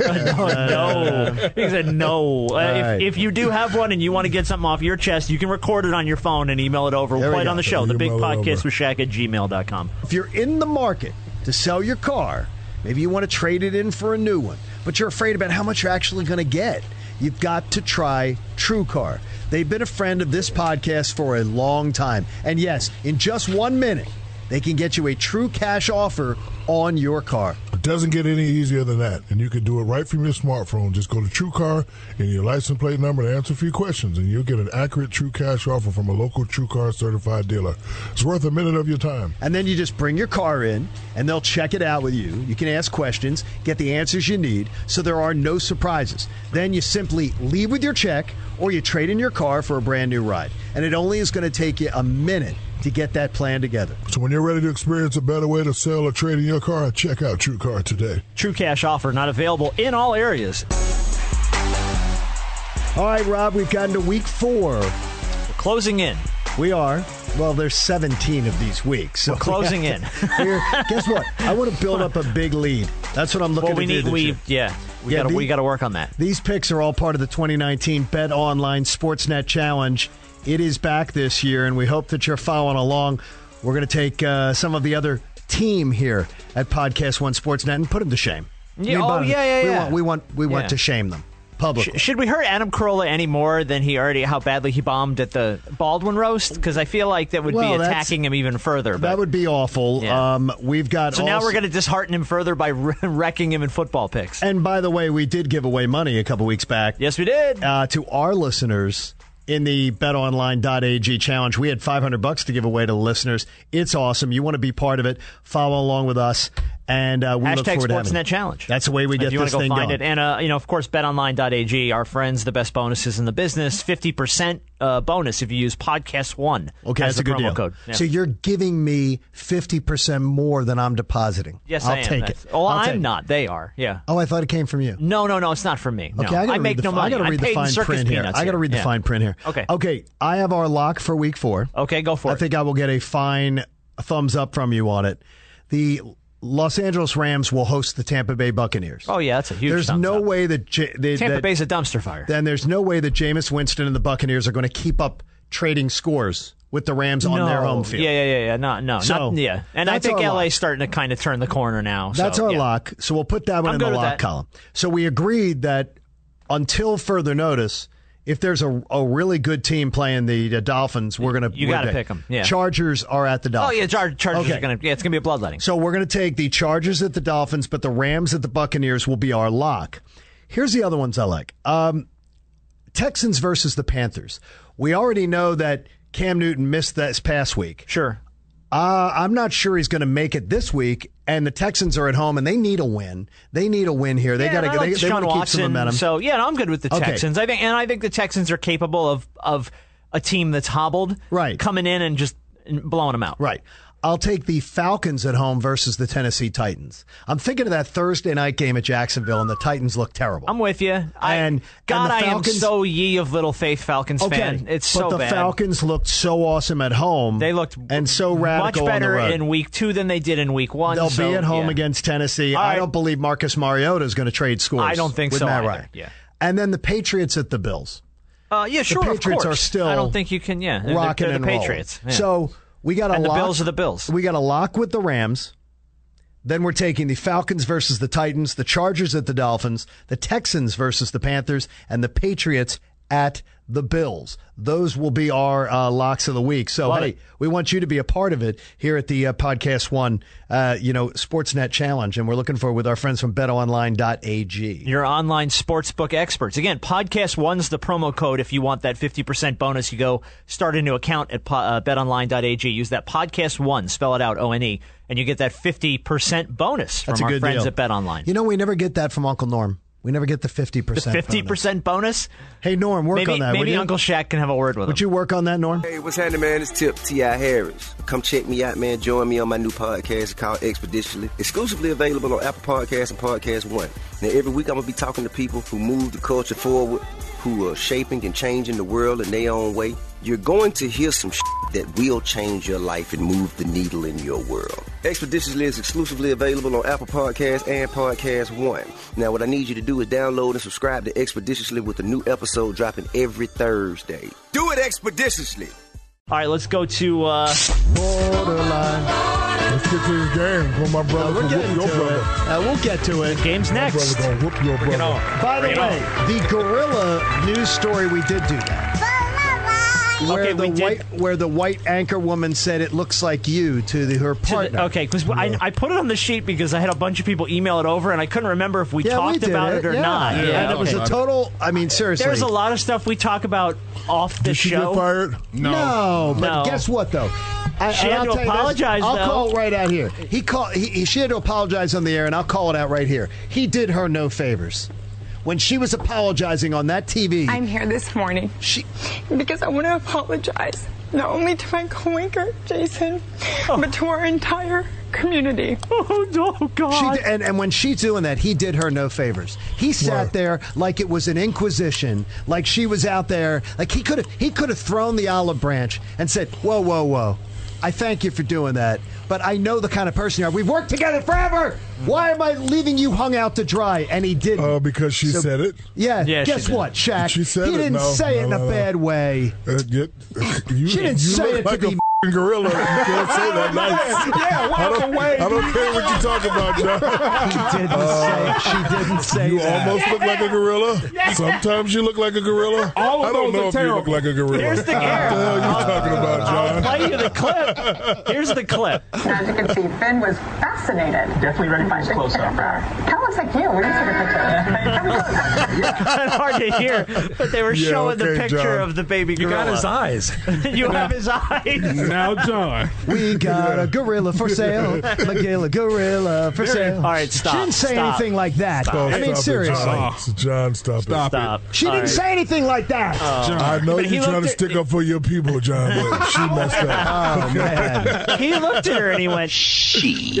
Speaker 6: no, no. He said no. Uh, if,
Speaker 5: right.
Speaker 6: if you do have one and you want to get something off your chest, you can record it on your phone and email it over. We'll
Speaker 3: There we
Speaker 6: play it
Speaker 3: go.
Speaker 6: on the show. The
Speaker 3: Email
Speaker 6: big
Speaker 3: it
Speaker 6: podcast
Speaker 3: over.
Speaker 6: with Shaq at gmail.com.
Speaker 3: If you're in the market to sell your car, maybe you want to trade it in for a new one, but you're afraid about how much you're actually going to get, you've got to try TrueCar. They've been a friend of this podcast for a long time. And yes, in just one minute, they can get you a true cash offer on your car.
Speaker 5: It doesn't get any easier than that, and you can do it right from your smartphone. Just go to TrueCar and your license plate number and answer a few questions, and you'll get an accurate True Cash offer from a local TrueCar certified dealer. It's worth a minute of your time.
Speaker 3: And then you just bring your car in and they'll check it out with you. You can ask questions, get the answers you need, so there are no surprises. Then you simply leave with your check or you trade in your car for a brand new ride. And it only is going to take you a minute to get that plan together.
Speaker 5: So when you're ready to experience a better way to sell or trade in your car, check out TrueCar today.
Speaker 6: True cash offer not available in all areas.
Speaker 3: All right, Rob, we've gotten to week four. We're
Speaker 6: closing in.
Speaker 3: We are. Well, there's 17 of these weeks. So
Speaker 6: We're closing
Speaker 3: we have to- Here, guess what? I want to build up a big lead. That's what I'm looking
Speaker 6: Well, we
Speaker 3: to do.
Speaker 6: need
Speaker 3: this
Speaker 6: we
Speaker 3: year.
Speaker 6: yeah we
Speaker 3: Yeah,
Speaker 6: got
Speaker 3: the-
Speaker 6: we got to work on that.
Speaker 3: These picks are all part of the 2019 Bet Online Sportsnet Challenge. It is back this year, and we hope that you're following along. We're going to take uh, some of the other team here at Podcast One Sportsnet and put them to shame.
Speaker 6: Yeah,
Speaker 3: Me and
Speaker 6: oh,
Speaker 3: Bonham,
Speaker 6: yeah, yeah,
Speaker 3: we
Speaker 6: yeah.
Speaker 3: Want, we want we
Speaker 6: Yeah.
Speaker 3: want to shame them publicly.
Speaker 6: Sh- should we hurt Adam Carolla any more than he already how badly he bombed at the Baldwin roast? Because I feel like that would
Speaker 3: Well,
Speaker 6: be
Speaker 3: that's-
Speaker 6: attacking him even further. But.
Speaker 3: that would be awful.
Speaker 6: Yeah.
Speaker 3: Um, we've got
Speaker 6: so now
Speaker 3: also-
Speaker 6: we're going to dishearten him further by wrecking him in football picks.
Speaker 3: And by the way, we did give away money a couple weeks back.
Speaker 6: Yes, we did.
Speaker 3: Uh, to our listeners in the betonline.ag challenge. We had 500 bucks to give away to the listeners. It's awesome. You want to be part of it. Follow along with us. And uh, we look
Speaker 6: Hashtag
Speaker 3: forward to having you.
Speaker 6: Sportsnet Challenge.
Speaker 3: That's the way we
Speaker 6: if
Speaker 3: get
Speaker 6: you wanna
Speaker 3: this
Speaker 6: go
Speaker 3: thing
Speaker 6: find
Speaker 3: going.
Speaker 6: it. And, uh, you know, of course, betonline.ag, our friends, the best bonuses in the business, 50% uh, bonus if you use podcast one
Speaker 3: Okay,
Speaker 6: as
Speaker 3: that's a
Speaker 6: the
Speaker 3: good
Speaker 6: promo
Speaker 3: deal.
Speaker 6: code. Yeah.
Speaker 3: So you're giving me 50% more than I'm depositing.
Speaker 6: yes,
Speaker 3: I'll
Speaker 6: I am.
Speaker 3: take
Speaker 6: That's-
Speaker 3: it.
Speaker 6: Well,
Speaker 3: I'll take
Speaker 6: am
Speaker 3: it.
Speaker 6: not. They are. Yeah.
Speaker 3: Oh, I thought it came from you.
Speaker 6: No, no, no. It's not for me. No.
Speaker 3: Okay, I gotta
Speaker 6: I
Speaker 3: read
Speaker 6: make
Speaker 3: the,
Speaker 6: no
Speaker 3: fi-
Speaker 6: money.
Speaker 3: I gotta read the
Speaker 6: paid in
Speaker 3: fine
Speaker 6: circus
Speaker 3: print here.
Speaker 6: peanuts
Speaker 3: I gotta read the
Speaker 6: Yeah.
Speaker 3: fine print here.
Speaker 6: Okay.
Speaker 3: Okay. I have our lock for week four.
Speaker 6: Okay, go for
Speaker 3: I
Speaker 6: it.
Speaker 3: think I will get a fine thumbs up from you on it. The Los Angeles Rams will host the Tampa Bay Buccaneers.
Speaker 6: Oh, yeah, that's a huge
Speaker 3: There's
Speaker 6: thumbs
Speaker 3: no
Speaker 6: up.
Speaker 3: way that J- they,
Speaker 6: Tampa
Speaker 3: that,
Speaker 6: Bay's a dumpster fire.
Speaker 3: then there's no way that Jameis Winston and the Buccaneers are going to keep up trading scores with the Rams on
Speaker 6: no.
Speaker 3: their home field.
Speaker 6: Yeah, yeah, yeah, yeah. No, no.
Speaker 3: So,
Speaker 6: not, yeah. And I
Speaker 3: that's
Speaker 6: think
Speaker 3: our
Speaker 6: LA's
Speaker 3: lock.
Speaker 6: starting to kind of turn the corner now. so,
Speaker 3: That's our
Speaker 6: yeah.
Speaker 3: lock. So we'll put that one
Speaker 6: I'm
Speaker 3: in the
Speaker 6: good with
Speaker 3: lock
Speaker 6: that.
Speaker 3: column. So we agreed that until further notice, if there's a, a really good team playing the uh, Dolphins, we're going to
Speaker 6: You gotta pick 'em, yeah.
Speaker 3: Chargers are at the
Speaker 6: Oh,
Speaker 3: Dolphins.
Speaker 6: yeah. Char- Chargers
Speaker 3: Okay.
Speaker 6: are going to. Yeah, it's going to be a bloodletting.
Speaker 3: So we're going to take the Chargers at the Dolphins, but the Rams at the Buccaneers will be our lock. Here's the other ones I like um, Texans versus the Panthers. We already know that Cam Newton missed this past week.
Speaker 6: Sure.
Speaker 3: Uh, I'm not sure he's going to make it this week. And the Texans are at home, and they need a win. They need a win here. They
Speaker 6: Yeah,
Speaker 3: got
Speaker 6: and
Speaker 3: to
Speaker 6: I
Speaker 3: get.
Speaker 6: like
Speaker 3: They, they
Speaker 6: Deshaun
Speaker 3: want to keep
Speaker 6: Watson,
Speaker 3: some momentum.
Speaker 6: So yeah, no, I'm good with the
Speaker 3: Okay.
Speaker 6: Texans. I think, and I think the Texans are capable of of a team that's hobbled,
Speaker 3: Right.
Speaker 6: coming in and just blowing them out.
Speaker 3: Right. I'll take the Falcons at home versus the Tennessee Titans. I'm thinking of that Thursday night game at Jacksonville, and the Titans look terrible.
Speaker 6: I'm with you. I,
Speaker 3: And- and
Speaker 6: God,
Speaker 3: the
Speaker 6: I am
Speaker 3: Falcons-
Speaker 6: so ye of little faith Falcons fan. It's
Speaker 3: but
Speaker 6: so
Speaker 3: the
Speaker 6: bad.
Speaker 3: Falcons looked so awesome at home.
Speaker 6: They looked
Speaker 3: and so
Speaker 6: much
Speaker 3: radical on
Speaker 6: better
Speaker 3: the road.
Speaker 6: in week two than they did in week one.
Speaker 3: They'll
Speaker 6: so,
Speaker 3: be at home
Speaker 6: yeah.
Speaker 3: against Tennessee.
Speaker 6: All
Speaker 3: I
Speaker 6: right.
Speaker 3: don't believe Marcus Mariota is going to trade scores.
Speaker 6: I don't think
Speaker 3: with
Speaker 6: so
Speaker 3: Matt
Speaker 6: either.
Speaker 3: Ryan.
Speaker 6: Yeah.
Speaker 3: And then the Patriots at the Bills.
Speaker 6: Uh, yeah, sure.
Speaker 3: Patriots
Speaker 6: of course.
Speaker 3: are still
Speaker 6: I don't think you can. Yeah, they're-
Speaker 3: Rocking
Speaker 6: they're
Speaker 3: and
Speaker 6: the
Speaker 3: rolling.
Speaker 6: Patriots. yeah.
Speaker 3: So we got a
Speaker 6: And the
Speaker 3: lock.
Speaker 6: Bills are the Bills.
Speaker 3: We got a lock with the Rams. Then we're taking the Falcons versus the Titans, the Chargers at the Dolphins, the Texans versus the Panthers, and the Patriots at the Bills. Those will be our uh, locks of the week. So
Speaker 6: Love
Speaker 3: hey,
Speaker 6: it.
Speaker 3: we want you to be a part of it here at the uh, Podcast One, uh, you know, Sportsnet Challenge, and we're looking for it with our friends from BetOnline.ag.
Speaker 6: your online sportsbook experts. Again, podcast one's the promo code. If you want that 50% bonus, you go start a new account at po- uh, betonline.ag. Use that podcast one, spell it out, O N E, and you get that 50% bonus from
Speaker 3: That's
Speaker 6: our
Speaker 3: a good
Speaker 6: friends
Speaker 3: deal.
Speaker 6: at betonline.
Speaker 3: You know, we never get that from Uncle Norm. We never get the fifty percent.
Speaker 6: 50% bonus?
Speaker 3: Hey Norm, work
Speaker 6: maybe
Speaker 3: on that. would
Speaker 6: maybe
Speaker 3: you?
Speaker 6: Uncle Shaq can have a word with
Speaker 3: Would
Speaker 6: him.
Speaker 3: you work on that, Norm?
Speaker 16: Hey, what's happening, man? It's Tip T.I. Harris. Come check me out, man. Join me on my new podcast called Expeditionally, exclusively available on Apple Podcasts and Podcast One. Now, every week I'm going to be talking to people who move the culture forward, who are shaping and changing the world in their own way. you're going to hear some shit that will change your life and move the needle in your world. Expeditiously is exclusively available on Apple Podcasts and Podcast One. Now, what I need you to do is download and subscribe to Expeditiously with a new episode dropping every Thursday. Do it expeditiously.
Speaker 6: All right, let's go to uh, borderline.
Speaker 5: Let's get to this game. Where my brother
Speaker 3: we're
Speaker 5: can
Speaker 3: getting
Speaker 5: whoop your
Speaker 3: to
Speaker 5: brother.
Speaker 3: it. Uh, we'll get to it.
Speaker 6: game's
Speaker 5: My brother gonna whoop your brother.
Speaker 3: By the way, the gorilla news story we did do that. Where
Speaker 6: Okay,
Speaker 3: the
Speaker 6: we did-
Speaker 3: white where the white anchor woman said it looks like you to the, her partner.
Speaker 6: Okay, because I, I put it on the sheet because I had a bunch of people email it over, and I couldn't remember if we
Speaker 3: Yeah, we
Speaker 6: talked
Speaker 3: did
Speaker 6: about it,
Speaker 3: it.
Speaker 6: or
Speaker 3: Yeah.
Speaker 6: not.
Speaker 3: Yeah, And it was a okay. total- I mean, seriously.
Speaker 6: There's a lot of stuff we talk about off the
Speaker 5: Did she
Speaker 6: show.
Speaker 5: get fired?
Speaker 3: No, but
Speaker 6: No.
Speaker 3: guess what though? I,
Speaker 6: She
Speaker 3: and
Speaker 6: had
Speaker 3: I'll
Speaker 6: to
Speaker 3: tell you this,
Speaker 6: apologize,
Speaker 3: I'll
Speaker 6: though.
Speaker 3: call it right out here. He called. He, he- she had to apologize on the air, and I'll call it out right here. He did her no favors when she was apologizing on that TV.
Speaker 17: I'm here this morning because I want to apologize not only to my coworker Jason, but to our entire community.
Speaker 6: Oh no,
Speaker 3: She d- and, and when she's doing that, he did her no favors. He sat there like it was an inquisition, like she was out there, like he could have he could have thrown the olive branch and said, "Whoa, whoa, whoa! I thank you for doing that, but I know the kind of person you are. We've worked together forever. Why am I leaving you hung out to dry?" And he didn't.
Speaker 5: Oh, because she
Speaker 3: So-
Speaker 5: said it.
Speaker 3: Yeah.
Speaker 5: Yeah, she
Speaker 3: guess
Speaker 5: did.
Speaker 3: what, Shaq?
Speaker 5: She said
Speaker 3: he
Speaker 5: it.
Speaker 3: didn't
Speaker 5: No,
Speaker 3: say it in
Speaker 5: no,
Speaker 3: a
Speaker 5: no, no.
Speaker 3: bad way.
Speaker 5: Uh, you, you,
Speaker 3: She didn't
Speaker 5: you
Speaker 3: say
Speaker 5: look
Speaker 3: it to
Speaker 5: like a
Speaker 3: be-
Speaker 5: f***ing gorilla. You can't say that nice.
Speaker 3: Yeah, walk
Speaker 5: I don't,
Speaker 3: away,
Speaker 5: I don't care what you talk about, John.
Speaker 3: She didn't say. She didn't say.
Speaker 5: You
Speaker 3: that.
Speaker 5: almost look like a gorilla. Sometimes you look like a gorilla.
Speaker 10: All of
Speaker 5: I don't
Speaker 10: those
Speaker 5: know
Speaker 10: are
Speaker 5: if you look
Speaker 10: terrible.
Speaker 5: like a gorilla.
Speaker 10: Here's
Speaker 5: what the
Speaker 10: the game.
Speaker 5: hell are you talking about, John?
Speaker 6: Play you the clip. Here's the clip.
Speaker 17: As you can see, Finn was fascinated. Definitely ready for his close-up. Kind of looks like you. We didn't see the picture.
Speaker 6: kind of hard to hear, but they were
Speaker 5: Yeah,
Speaker 6: showing the
Speaker 5: okay,
Speaker 6: picture
Speaker 5: John.
Speaker 6: of the baby
Speaker 7: You
Speaker 6: gorilla.
Speaker 7: got his eyes.
Speaker 6: you have his eyes.
Speaker 10: Now, John.
Speaker 3: We got a gorilla for sale. McGill, a gorilla for sale.
Speaker 6: All right, stop,
Speaker 3: She didn't say
Speaker 6: stop,
Speaker 3: anything like that.
Speaker 5: Oh,
Speaker 3: I mean,
Speaker 5: stop it,
Speaker 3: seriously.
Speaker 5: John, John stop,
Speaker 10: Stop
Speaker 5: it.
Speaker 10: it.
Speaker 3: She didn't say anything like that.
Speaker 5: I know
Speaker 6: But he
Speaker 5: you're trying to
Speaker 6: looked at-
Speaker 5: stick up for your people, John, but she messed up.
Speaker 3: Oh, man.
Speaker 6: He looked at her and he went, "She."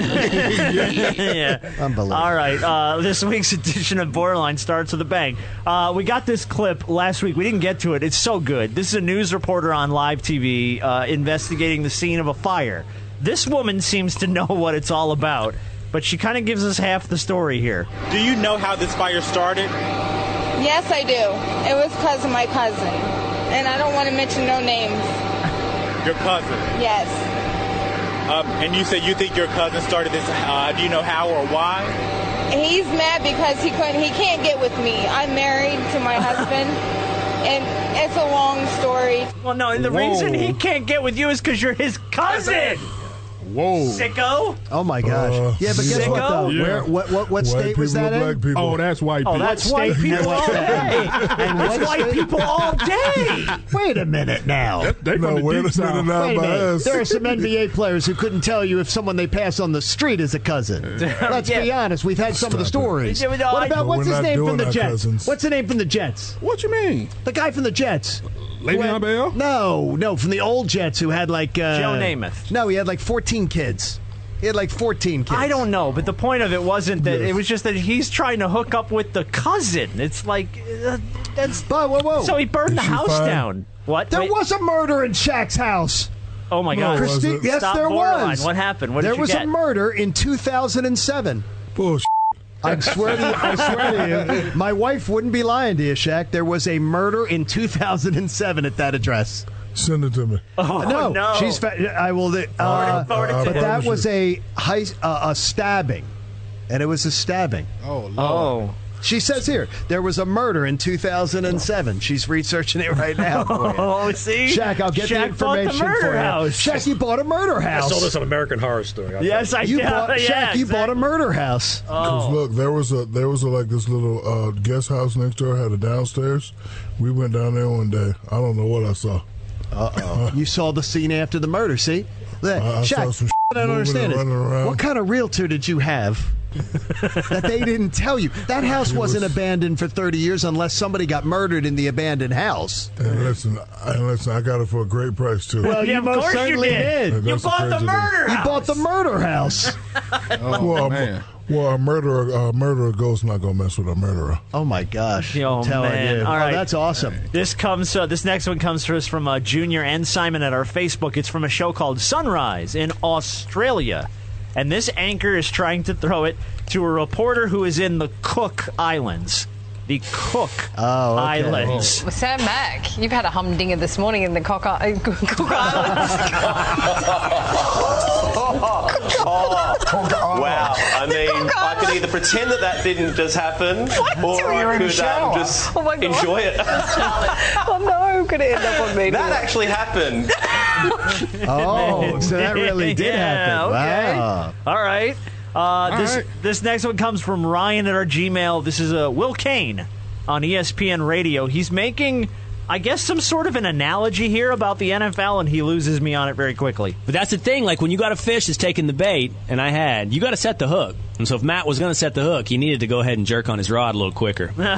Speaker 6: yeah.
Speaker 3: Unbelievable.
Speaker 6: All right. Uh, this week's edition of Borderline starts with a bang. Uh, we got this clip last week. We didn't get to it. It's so good. This is a news reporter on live TV uh, investigating the scene of a fire. This woman seems to know what it's all about, but she kind of gives us half the story here.
Speaker 18: Do you know how this fire started?
Speaker 19: Yes, I do. It was because of my cousin. And I don't want to mention no names.
Speaker 18: Your cousin.
Speaker 19: Yes.
Speaker 18: Um, and you said you think your cousin started this. Uh, do you know how or why?
Speaker 19: He's mad because he couldn't he can't get with me. I'm married to my husband and it's a long story.
Speaker 6: Well, no, and the reason he can't get with you is because you're his cousin,
Speaker 10: Whoa.
Speaker 6: sicko.
Speaker 3: Oh my gosh. yeah, but guess what
Speaker 6: sicko?
Speaker 3: though?
Speaker 10: Yeah.
Speaker 3: Where, what what what
Speaker 5: White
Speaker 3: state was
Speaker 5: people
Speaker 3: that
Speaker 5: or
Speaker 3: in?
Speaker 5: black people?
Speaker 10: Oh, that's white
Speaker 6: Oh,
Speaker 10: people.
Speaker 6: that's white people all day. That's white people all day.
Speaker 3: Wait a minute now.
Speaker 10: They
Speaker 5: No,
Speaker 10: from the
Speaker 5: wait a
Speaker 10: deep
Speaker 5: minute
Speaker 10: south.
Speaker 5: now.
Speaker 3: Wait a
Speaker 5: by
Speaker 3: minute.
Speaker 5: us.
Speaker 3: There are some NBA players who couldn't tell you if someone they pass on the street is a cousin. Let's be
Speaker 6: Yeah.
Speaker 3: honest. We've had some of the
Speaker 5: Stop it.
Speaker 3: stories.
Speaker 6: Yeah, we know, I-
Speaker 3: What about
Speaker 6: But
Speaker 3: what's
Speaker 5: we're
Speaker 3: his
Speaker 5: not
Speaker 3: name from
Speaker 5: doing
Speaker 3: the
Speaker 5: our
Speaker 3: Jets?
Speaker 5: cousins.
Speaker 3: What's the name from the Jets?
Speaker 10: What you mean?
Speaker 3: The guy from the Jets.
Speaker 10: Le'Veon
Speaker 3: Who had-
Speaker 10: Bell?
Speaker 3: No, no, from the old Jets who had like uh,
Speaker 6: Joe Namath.
Speaker 3: No, he had like 14 kids. He had like 14 kids.
Speaker 6: I don't know, but the point of it wasn't that. It was just that he's trying to hook up with the cousin. It's like uh, that's.
Speaker 3: But whoa, whoa.
Speaker 6: So he burned the
Speaker 5: she
Speaker 6: house
Speaker 5: fine?
Speaker 6: down. What?
Speaker 3: there
Speaker 6: Wait.
Speaker 3: was a murder in Shaq's house.
Speaker 6: Oh my God!
Speaker 5: was
Speaker 3: Christi-
Speaker 5: it?
Speaker 3: yes,
Speaker 6: Stop
Speaker 3: there
Speaker 6: borderline.
Speaker 3: was.
Speaker 6: What happened? What did
Speaker 3: there
Speaker 6: you
Speaker 3: was
Speaker 6: get?
Speaker 3: a murder in 2007.
Speaker 5: Bullshit.
Speaker 3: I swear to you, I swear to you, my wife wouldn't be lying to you, Shaq. There was a murder in 2007 at that address.
Speaker 5: Send it to me.
Speaker 6: Oh no!
Speaker 3: she's. Fa- I will. Uh,
Speaker 6: forward it
Speaker 5: to
Speaker 3: but
Speaker 5: me.
Speaker 3: that was a high, uh, a stabbing, and it was a stabbing.
Speaker 10: Oh, Lord.
Speaker 6: oh.
Speaker 3: She says here there was a murder in 2007. She's researching it right now. for you.
Speaker 6: Oh, see,
Speaker 3: Shaq, I'll get the
Speaker 6: Shaq bought
Speaker 3: information
Speaker 6: the murder
Speaker 3: for you.
Speaker 6: house.
Speaker 3: Shaq, you bought a murder
Speaker 7: I
Speaker 3: house.
Speaker 7: saw this on American Horror Story. I
Speaker 6: Yes, I
Speaker 3: you
Speaker 6: did.
Speaker 3: bought, Shaq,
Speaker 6: yeah,
Speaker 3: you
Speaker 6: exactly.
Speaker 3: bought a murder house.
Speaker 5: 'Cause look, there was a there was a, like this little uh, guest house next door had a downstairs. We went down there one day. I don't know what I saw.
Speaker 3: You saw the scene after the murder, see? That,
Speaker 5: I- I
Speaker 3: Shaq,
Speaker 5: saw some
Speaker 3: I don't
Speaker 5: moving
Speaker 3: understand
Speaker 5: and
Speaker 3: is
Speaker 5: running around.
Speaker 3: what kind of realtor did you have that they didn't tell you? That house
Speaker 5: It
Speaker 3: wasn't
Speaker 5: was-
Speaker 3: abandoned for 30 years unless somebody got murdered in the abandoned house.
Speaker 5: And listen, and listen, I got it for a great price too.
Speaker 3: Well,
Speaker 6: Yeah,
Speaker 3: you
Speaker 6: of
Speaker 3: most
Speaker 6: course you
Speaker 3: certainly
Speaker 6: did.
Speaker 5: And
Speaker 6: You
Speaker 5: that's
Speaker 6: bought the
Speaker 5: crazy thing.
Speaker 6: murder
Speaker 3: You
Speaker 6: house.
Speaker 3: bought the murder house.
Speaker 10: Oh,
Speaker 5: Well,
Speaker 10: man.
Speaker 5: Well, a murderer, a murderer ghost not gonna mess with a murderer.
Speaker 3: Oh my gosh!
Speaker 6: Oh man! All right,
Speaker 3: that's awesome.
Speaker 6: This comes. Uh, this next one comes to us from uh, Junior and Simon at our Facebook. It's from a show called Sunrise in Australia, and this anchor is trying to throw it to a reporter who is in the Cook Islands. The Cook
Speaker 3: Oh,
Speaker 6: Islands.
Speaker 20: Well, Sam Mack, you've had a humdinger this morning in the cock, uh, cook
Speaker 21: Oh, wow. I mean, I could either pretend that that didn't just happen, or
Speaker 20: You're
Speaker 21: I
Speaker 20: in the
Speaker 21: could um,
Speaker 20: shower.
Speaker 21: just
Speaker 20: Oh my God.
Speaker 21: enjoy it.
Speaker 20: oh no, could it end up on me?
Speaker 21: that actually happened.
Speaker 3: Oh, so that really did
Speaker 6: yeah,
Speaker 3: happen.
Speaker 6: Okay.
Speaker 3: Wow.
Speaker 6: All right. Uh, this
Speaker 3: All right.
Speaker 6: this next one comes from Ryan at our Gmail. This is uh, Will Kane on E ESPN Radio. He's making, I guess, some sort of an analogy here about the NFL, and he loses me on it very quickly.
Speaker 22: But that's the thing. Like when you got a fish that's taking the bait, and I had, you got to set the hook. And so if Matt was going to set the hook, he needed to go ahead and jerk on his rod a little quicker.
Speaker 3: wait,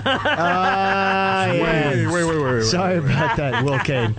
Speaker 3: wait, wait, wait, Sorry about that, Will Kane.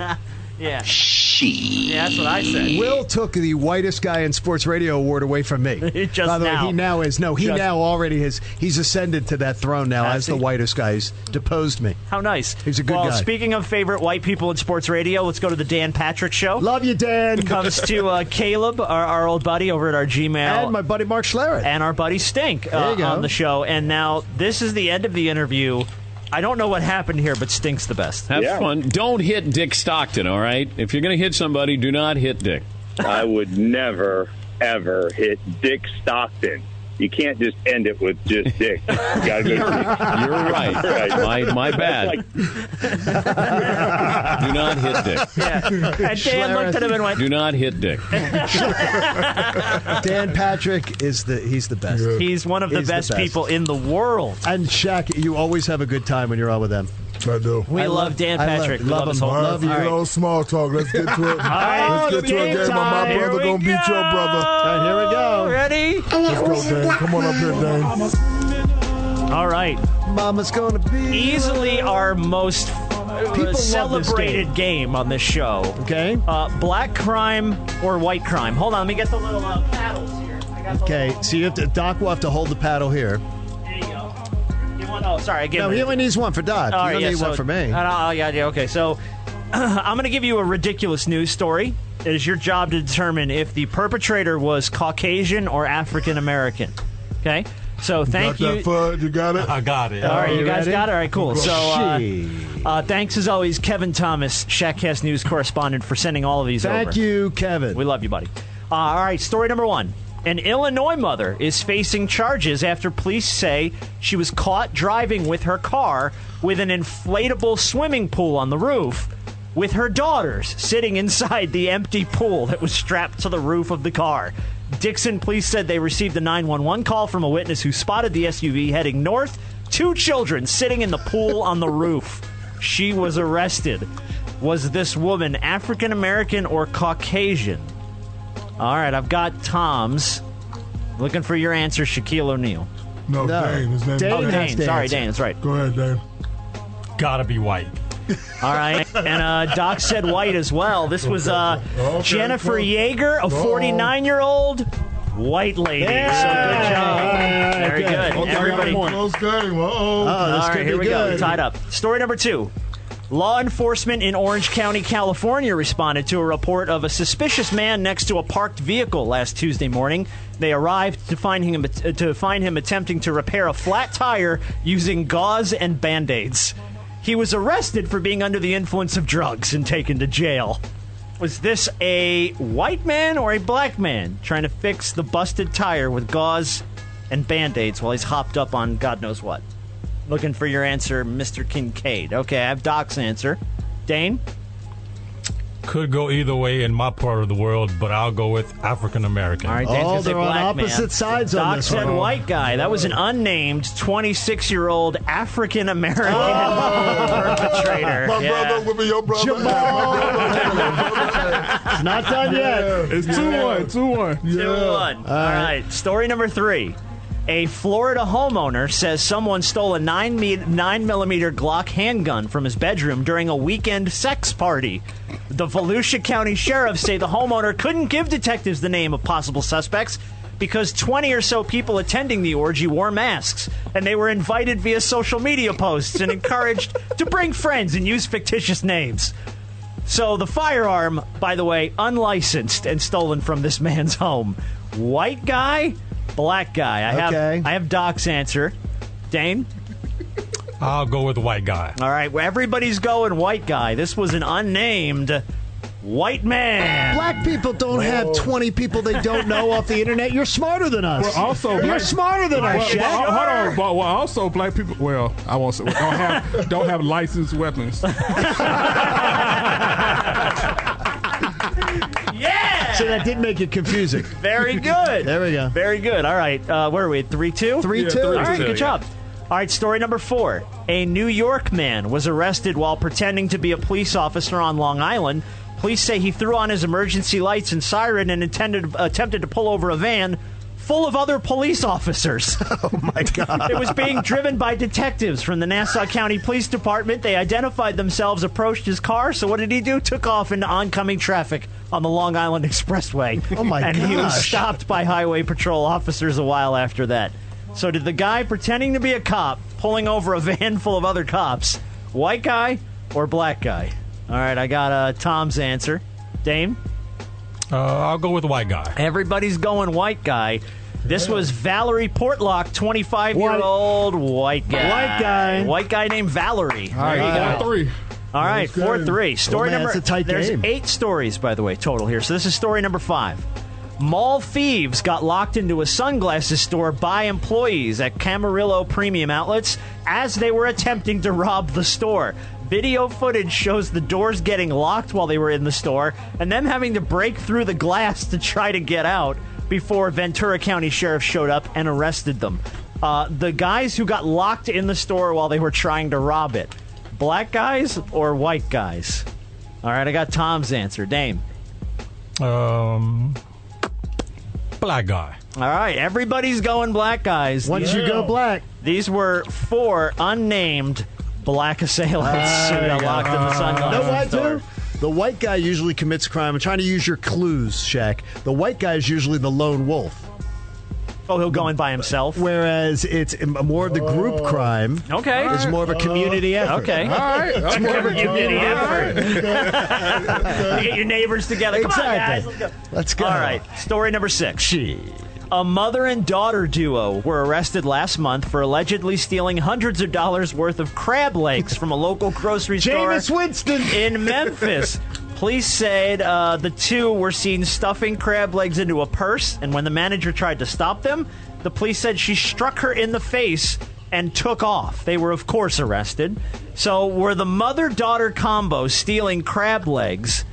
Speaker 6: Yeah. She. Yeah, that's what I said.
Speaker 3: Will took the whitest guy in sports radio award away from me.
Speaker 6: Just
Speaker 3: By the
Speaker 6: now.
Speaker 3: way, he now is no, he
Speaker 6: Just-
Speaker 3: now already has he's ascended to that throne now
Speaker 6: Has
Speaker 3: as the
Speaker 6: he?
Speaker 3: whitest guy. He's deposed me.
Speaker 6: How nice.
Speaker 3: He's a good
Speaker 6: well,
Speaker 3: guy.
Speaker 6: speaking of favorite white people in sports radio, let's go to the Dan Patrick Show.
Speaker 3: Love you, Dan.
Speaker 6: Comes to uh, Caleb, our, our old buddy over at our Gmail.
Speaker 3: And my buddy Mark Schlereth.
Speaker 6: And our buddy Stink
Speaker 3: There
Speaker 6: uh,
Speaker 3: you go.
Speaker 6: on the show. And now this is the end of the interview. I don't know what happened here, but Stink's the best.
Speaker 23: Have fun. Don't hit Dick Stockton, all right? If you're going to hit somebody, do not hit Dick.
Speaker 24: I would never, ever hit Dick Stockton. You can't just end it with just Dick. You gotta go
Speaker 23: You're
Speaker 24: right.
Speaker 23: right. My- my
Speaker 24: That's
Speaker 23: bad.
Speaker 24: like-
Speaker 23: Do not hit Dick.
Speaker 6: Yeah. And Dan looked at him and went,
Speaker 23: Do not hit Dick.
Speaker 3: Dan Patrick is the he's the best.
Speaker 6: He's one of the
Speaker 3: He's
Speaker 6: best people in the world.
Speaker 3: And Shaq, you always have a good time when you're on with them.
Speaker 5: I do.
Speaker 6: We love Dan
Speaker 3: I
Speaker 6: Patrick. We love his
Speaker 3: him.
Speaker 6: whole-
Speaker 5: Love you,
Speaker 6: All right.
Speaker 5: know, small talk. Let's get to it.
Speaker 6: right,
Speaker 5: Let's get to a
Speaker 6: game
Speaker 5: game. on
Speaker 6: time.
Speaker 5: My
Speaker 6: Here
Speaker 5: brother
Speaker 6: we
Speaker 5: gonna beat your brother.
Speaker 6: here we go. Ready?
Speaker 5: Let's go, Dane. Come on up here, Dane.
Speaker 6: All right.
Speaker 3: Mama's going to be
Speaker 6: easily our most
Speaker 3: People
Speaker 6: uh,
Speaker 3: love this
Speaker 6: celebrated game. on this show.
Speaker 3: Okay.
Speaker 6: Uh, black crime or white crime? Hold on, let me get the little uh, paddles here. I got the
Speaker 3: Okay, so you have to Doc will have to hold the paddle here.
Speaker 6: little- you want- oh, sorry, I gave
Speaker 3: No,
Speaker 6: it-
Speaker 3: he only needs one for Doc.
Speaker 6: All
Speaker 3: you
Speaker 6: right,
Speaker 3: don't
Speaker 6: yeah,
Speaker 3: need
Speaker 6: so-
Speaker 3: one for me.
Speaker 6: Uh, no, yeah, yeah, okay, so I'm going to give you a ridiculous news story. It is your job to determine if the perpetrator was Caucasian or African American. Okay? So thank
Speaker 5: got
Speaker 6: you.
Speaker 5: That fudge. You got it. I
Speaker 7: got it.
Speaker 6: All right, you guys
Speaker 5: ready?
Speaker 6: got it. All right, cool. So, uh,
Speaker 3: She.
Speaker 6: uh, thanks as always, Kevin Thomas, Shackcast News correspondent, for sending all of these.
Speaker 3: Thank you, Kevin.
Speaker 6: We love you, buddy. Uh, all right, story number one: An Illinois mother is facing charges after police say she was caught driving with her car with an inflatable swimming pool on the roof. With her daughters sitting inside the empty pool that was strapped to the roof of the car. Dixon police said they received a 911 call from a witness who spotted the SUV heading north. Two children sitting in the pool on the roof. She was arrested. Was this woman African American or Caucasian? All right, I've got Tom's. Looking for your answer, Shaquille O'Neal.
Speaker 5: No,
Speaker 6: No.
Speaker 5: Dane. His name
Speaker 6: Dane
Speaker 5: is
Speaker 6: has to Sorry, answer. Dane, that's right.
Speaker 5: Go ahead, Dane.
Speaker 7: Gotta be white.
Speaker 6: All right, and uh, Doc said white as well. This was uh,
Speaker 5: Okay,
Speaker 6: Jennifer
Speaker 5: cool.
Speaker 6: Yeager, a
Speaker 5: Oh.
Speaker 6: 49 year old white lady.
Speaker 5: Yeah.
Speaker 6: So good job. Very good.
Speaker 5: Okay,
Speaker 6: Everybody.
Speaker 5: Close game. Uh-oh.
Speaker 6: All right, here we go. Tied up. Story number two. Law enforcement in Orange County, California responded to a report of a suspicious man next to a parked vehicle last Tuesday morning. They arrived to find him to find him attempting to repair a flat tire using gauze and band-aids. He was arrested for being under the influence of drugs and taken to jail. Was this a white man or a black man trying to fix the busted tire with gauze and band-aids while he's hopped up on God knows what? Looking for your answer, Mr. Kincaid. Okay, I have Doc's answer. Dane?
Speaker 25: Could go either way in my part of the world, but I'll go with African American.
Speaker 6: All right, Dane's gonna
Speaker 3: Oh,
Speaker 6: say
Speaker 3: they're on
Speaker 6: black man.
Speaker 3: opposite sides
Speaker 6: Doc
Speaker 3: on this
Speaker 6: said
Speaker 3: one.
Speaker 6: white guy. That was an unnamed 26 year old African American
Speaker 3: Oh!
Speaker 6: perpetrator.
Speaker 5: My
Speaker 6: Yeah.
Speaker 5: brother will be your brother.
Speaker 3: It's not done yet.
Speaker 10: It's 2 1. 2 1.
Speaker 6: Two to one. All right. Story number three. A Florida homeowner says someone stole a nine me- nine millimeter Glock handgun from his bedroom during a weekend sex party. The Volusia County sheriffs say the homeowner couldn't give detectives the name of possible suspects because 20 or so people attending the orgy wore masks, and they were invited via social media posts and encouraged to bring friends and use fictitious names. So the firearm, by the way, unlicensed and stolen from this man's home. White guy, black guy. I
Speaker 3: Okay.
Speaker 6: have I have Doc's answer. Dane.
Speaker 25: I'll go with white guy.
Speaker 6: All right, well, everybody's going white guy. This was an unnamed white man.
Speaker 3: Black people don't have 20 people they don't know off the internet. You're smarter than us.
Speaker 10: Well, also,
Speaker 3: You're
Speaker 10: black-
Speaker 3: smarter than
Speaker 10: well,
Speaker 3: us,
Speaker 10: well,
Speaker 3: Shaq.
Speaker 10: hold on. Well, well, also, black people. Well, I won't say don't have don't have licensed weapons.
Speaker 25: Uh,
Speaker 6: Yeah.
Speaker 3: So that did make it confusing.
Speaker 6: Very good.
Speaker 3: there we go.
Speaker 6: Very good. All right. Uh, where are we? 3 2?
Speaker 3: 3-2. Yeah, 3-2,
Speaker 6: All right,
Speaker 3: yeah.
Speaker 6: good job. All right, story number four. A New York man was arrested while pretending to be a police officer on Long Island. Police say he threw on his emergency lights and siren and intended, attempted to pull over a van full of other police officers. Oh,
Speaker 3: my God.
Speaker 6: it was being driven by detectives from the Nassau County Police Department. They identified themselves, approached his car. So, what did he do? Took off into oncoming traffic on the Long Island Expressway.
Speaker 3: Oh, my
Speaker 6: And he was
Speaker 3: gosh.
Speaker 6: stopped by highway patrol officers a while after that. So, did the guy pretending to be a cop pulling over a van full of other cops, white guy or black guy? All right, I got uh, Tom's answer. Dame?
Speaker 25: Uh, I'll go with white guy.
Speaker 6: Everybody's going white guy. This was Valerie Portlock, 25 year old white guy.
Speaker 3: White guy.
Speaker 6: White guy named Valerie.
Speaker 10: All right,
Speaker 6: There you go.
Speaker 10: four three.
Speaker 6: All right,
Speaker 10: Okay.
Speaker 6: four three. Story
Speaker 10: Well, Oh, man,
Speaker 6: number.
Speaker 10: it's a tight
Speaker 6: there's
Speaker 10: game.
Speaker 6: eight stories, by the way, total here. So this is story number five. Mall thieves got locked into a sunglasses store by employees at Camarillo Premium Outlets as they were attempting to rob the store. Video footage shows the doors getting locked while they were in the store and them having to break through the glass to try to get out before Ventura County Sheriff showed up and arrested them. Uh, the guys who got locked in the store while they were trying to rob it black guys or white guys? All right, I got Tom's answer. Dame.
Speaker 25: Um, black guy.
Speaker 6: All right, everybody's going black guys.
Speaker 3: Once you go black.
Speaker 6: These were four unnamed black assailants who
Speaker 3: Ah, there
Speaker 6: got
Speaker 3: you go.
Speaker 6: locked in the
Speaker 10: Uh,
Speaker 6: sun.
Speaker 3: Know why, too? The white guy usually commits crime. I'm trying to use your clues, Shaq. The white guy is usually the lone wolf.
Speaker 6: Oh, he'll go in by himself.
Speaker 3: Whereas it's m- more of the group crime.
Speaker 6: Okay. Uh,
Speaker 3: It's more of a community effort.
Speaker 6: Okay.
Speaker 3: It's more of a
Speaker 6: community effort. you get your neighbors together. Come on, guys.
Speaker 3: Exactly.
Speaker 6: Let's go.
Speaker 3: Let's go.
Speaker 6: All right, story number six. A mother and daughter duo were arrested last month for allegedly stealing hundreds of dollars worth of crab legs from a local grocery store.
Speaker 3: Jameis Winston
Speaker 6: in Memphis. Police said uh, the two were seen stuffing crab legs into a purse, and when the manager tried to stop them, the police said she struck her in the face and took off. They were, of course, arrested. So, were the mother daughter combo stealing crab legs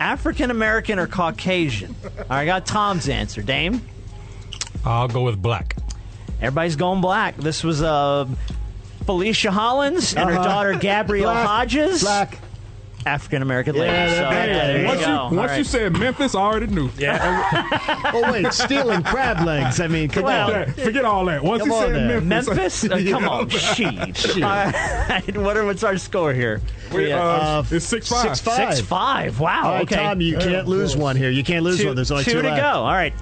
Speaker 6: African American or Caucasian? I got Tom's answer. Dame?
Speaker 25: I'll go with black.
Speaker 6: Everybody's going black. This was uh, Felicia Hollins and her
Speaker 3: Uh-huh.
Speaker 6: daughter Gabrielle
Speaker 3: Black,
Speaker 6: Hodges.
Speaker 3: black.
Speaker 6: African American lady. so, there you
Speaker 10: once you,
Speaker 6: go. All
Speaker 10: once you
Speaker 6: right.
Speaker 10: said Memphis, I already knew.
Speaker 3: Oh, wait. Stealing crab legs. I mean, come
Speaker 10: Forget
Speaker 3: on.
Speaker 10: that. Forget all that. Once
Speaker 3: Come
Speaker 10: you
Speaker 3: on
Speaker 10: said
Speaker 3: there.
Speaker 10: Memphis,
Speaker 6: Memphis? Uh, come on, sheep. All right. What are, what's our score here?
Speaker 10: We,
Speaker 6: Yeah.
Speaker 10: uh, it's six five.
Speaker 3: Six five.
Speaker 6: Six five. Wow.
Speaker 3: All right,
Speaker 6: okay.
Speaker 3: Tom, you can't lose one here. You can't lose
Speaker 6: two,
Speaker 3: one. There's only two,
Speaker 6: to
Speaker 3: left.
Speaker 6: go. All right.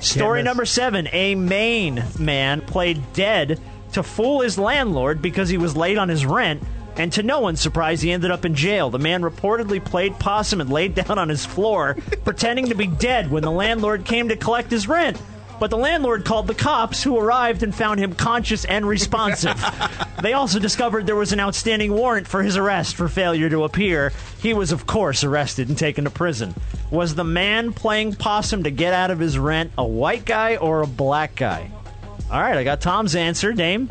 Speaker 6: Story
Speaker 3: miss.
Speaker 6: number seven. A Maine man played dead to fool his landlord because he was late on his rent. And to no one's surprise, he ended up in jail. The man reportedly played possum and laid down on his floor, pretending to be dead when the landlord came to collect his rent. But the landlord called the cops, who arrived and found him conscious and responsive. they also discovered there was an outstanding warrant for his arrest for failure to appear. He was, of course, arrested and taken to prison. Was the man playing possum to get out of his rent a white guy or a black guy? All right, I got Tom's answer, Dame.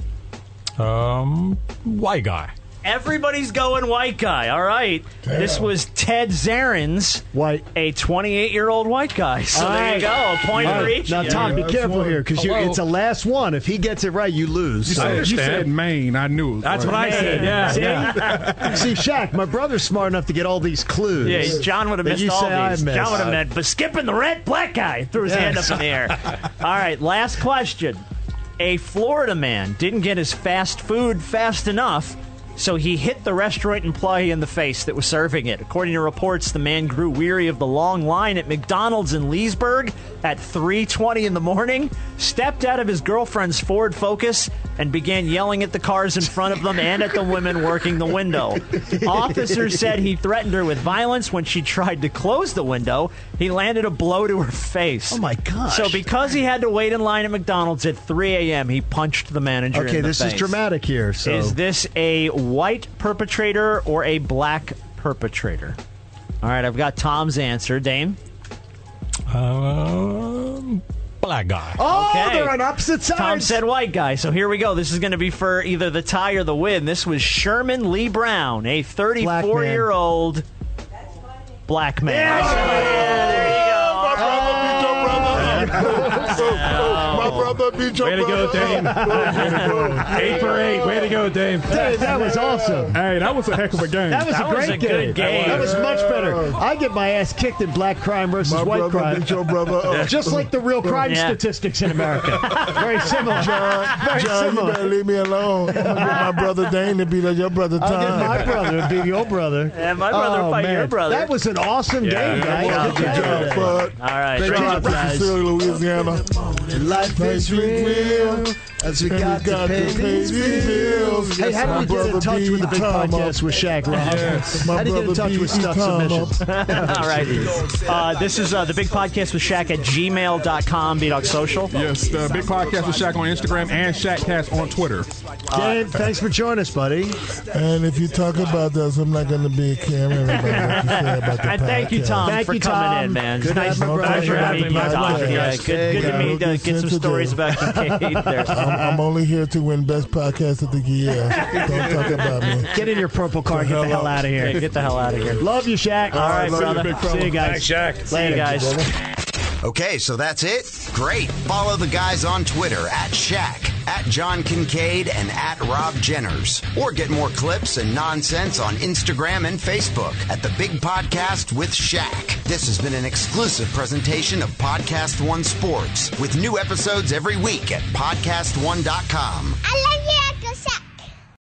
Speaker 25: Um, white guy.
Speaker 6: Everybody's going white guy. All right. This was Ted Zarins,
Speaker 3: white,
Speaker 6: a 28 year old white guy. So
Speaker 3: All
Speaker 6: there
Speaker 3: right.
Speaker 6: you go. A point
Speaker 3: All
Speaker 6: for
Speaker 3: right.
Speaker 6: each.
Speaker 3: Now,
Speaker 6: Yeah.
Speaker 3: Tom, be
Speaker 10: Last
Speaker 3: careful
Speaker 10: one.
Speaker 3: here because
Speaker 10: Hello.
Speaker 3: it's a last one. If he gets it right, you lose.
Speaker 10: You
Speaker 3: So-
Speaker 10: said, you said Maine. I knew. It
Speaker 25: That's what I said. Yeah.
Speaker 3: See? See, Shaq, my brother's smart enough to get all these clues.
Speaker 6: Yeah, John would have
Speaker 3: that
Speaker 6: missed
Speaker 3: you
Speaker 6: all
Speaker 3: say I
Speaker 6: these.
Speaker 3: missed.
Speaker 6: John would have meant, but skipping the red black guy threw his
Speaker 3: Yes.
Speaker 6: hand up in the air. all right, last question. A Florida man didn't get his fast food fast enough so he hit the restaurant employee in the face that was serving it. According to reports, the man grew weary of the long line at McDonald's in Leesburg at 3:20 in the morning, stepped out of his girlfriend's Ford Focus, and began yelling at the cars in front of them and at the women working the window. Officers said he threatened her with violence when she tried to close the window. He landed a blow to her face. Oh
Speaker 3: my gosh.
Speaker 6: So because he had to wait in line at McDonald's at 3 a.m., he punched the manager.
Speaker 3: Okay,
Speaker 6: in the
Speaker 3: this is
Speaker 6: face.
Speaker 3: dramatic here. So
Speaker 6: Is this a white perpetrator or a black perpetrator? All right, I've got Tom's answer, Dame.
Speaker 10: Um, black guy.
Speaker 3: Oh, they're on opposite sides.
Speaker 6: Tom said white guy. So here we go. This is going to be for either the tie or the win. This was Sherman Lee Brown, a 34 year old black man.
Speaker 5: My brother beat your
Speaker 10: Way to go, Dame. eight for eight. Way to go, Dame.
Speaker 3: Dave, that was awesome.
Speaker 10: Hey, that was a heck of a game.
Speaker 3: That was a great game. That was much better. I get my ass kicked in black crime versus
Speaker 5: My
Speaker 3: white
Speaker 5: brother
Speaker 3: crime.
Speaker 5: beat your brother up.
Speaker 3: Just like the real crime
Speaker 5: Yeah.
Speaker 3: statistics in America. Very similar.
Speaker 5: John,
Speaker 3: Very
Speaker 5: John you
Speaker 3: similar.
Speaker 5: better leave me alone. I'm gonna get my brother Dane to be like your brother Tom.
Speaker 3: I'll get my brother to be your brother.
Speaker 6: And my brother
Speaker 3: oh,
Speaker 6: fight your
Speaker 3: man.
Speaker 6: brother.
Speaker 3: That was an awesome
Speaker 6: Yeah.
Speaker 3: game, guys.
Speaker 6: Yeah.
Speaker 3: Good
Speaker 6: Good
Speaker 3: job.
Speaker 6: job,
Speaker 5: Bud.
Speaker 6: All right,
Speaker 5: Thank
Speaker 6: great
Speaker 5: you
Speaker 6: job,
Speaker 5: for
Speaker 6: guys.
Speaker 5: Cecilia, Louisiana.
Speaker 3: Life is real as we
Speaker 5: And
Speaker 3: got,
Speaker 5: we
Speaker 3: to pay these bills. Hey,
Speaker 5: Yes,
Speaker 3: how do
Speaker 5: my
Speaker 3: we get in
Speaker 5: brother
Speaker 3: touch with E the big
Speaker 5: beat Tom
Speaker 3: podcast
Speaker 5: up.
Speaker 3: with Shaq? Ross?
Speaker 5: Yes, my
Speaker 3: how do you get in
Speaker 5: brother
Speaker 3: touch with
Speaker 5: beat
Speaker 3: stuff
Speaker 5: Tom up.
Speaker 3: submissions?
Speaker 6: All right. Uh, this is uh, the big podcast with Shaq at gmail.com, B Dog Social.
Speaker 26: Yes,
Speaker 10: uh,
Speaker 26: the big podcast with Shaq on Instagram and Shaqcast on Twitter.
Speaker 3: Dave, thanks for joining us, buddy.
Speaker 5: And if you talk about this, I'm not going to be a camera about what you say about the
Speaker 6: And thank you,
Speaker 5: podcast.
Speaker 6: Tom,
Speaker 3: Thank
Speaker 6: for
Speaker 3: you,
Speaker 6: coming
Speaker 3: Tom.
Speaker 6: in, man.
Speaker 3: Good
Speaker 6: nice,
Speaker 3: to have my
Speaker 6: nice
Speaker 3: brother.
Speaker 6: having you,
Speaker 3: My
Speaker 6: Tom.
Speaker 3: pleasure.
Speaker 6: Yeah,
Speaker 3: Yes,
Speaker 6: good, good to
Speaker 3: yeah.
Speaker 6: meet you. Get some
Speaker 5: Sensitive.
Speaker 6: stories about Kincaid there.
Speaker 5: I'm, I'm only here to win best podcast of the year. Don't talk about me.
Speaker 3: Get in your purple car. Get the hell out of
Speaker 6: Yeah,
Speaker 3: here.
Speaker 6: get the hell out of here.
Speaker 3: Love you, Shaq.
Speaker 6: All right,
Speaker 3: See you,
Speaker 6: brother.
Speaker 3: big fella. See you guys.
Speaker 7: Shaq.
Speaker 6: See you guys.
Speaker 2: Okay, so that's it? Great. Follow the guys on Twitter at Shaq, at John Kincaid, and at Rob Jenners. Or get more clips and nonsense on Instagram and Facebook at The Big Podcast with Shaq. This has been an exclusive presentation of Podcast One Sports with new episodes every week at podcastone.com.
Speaker 27: I love you.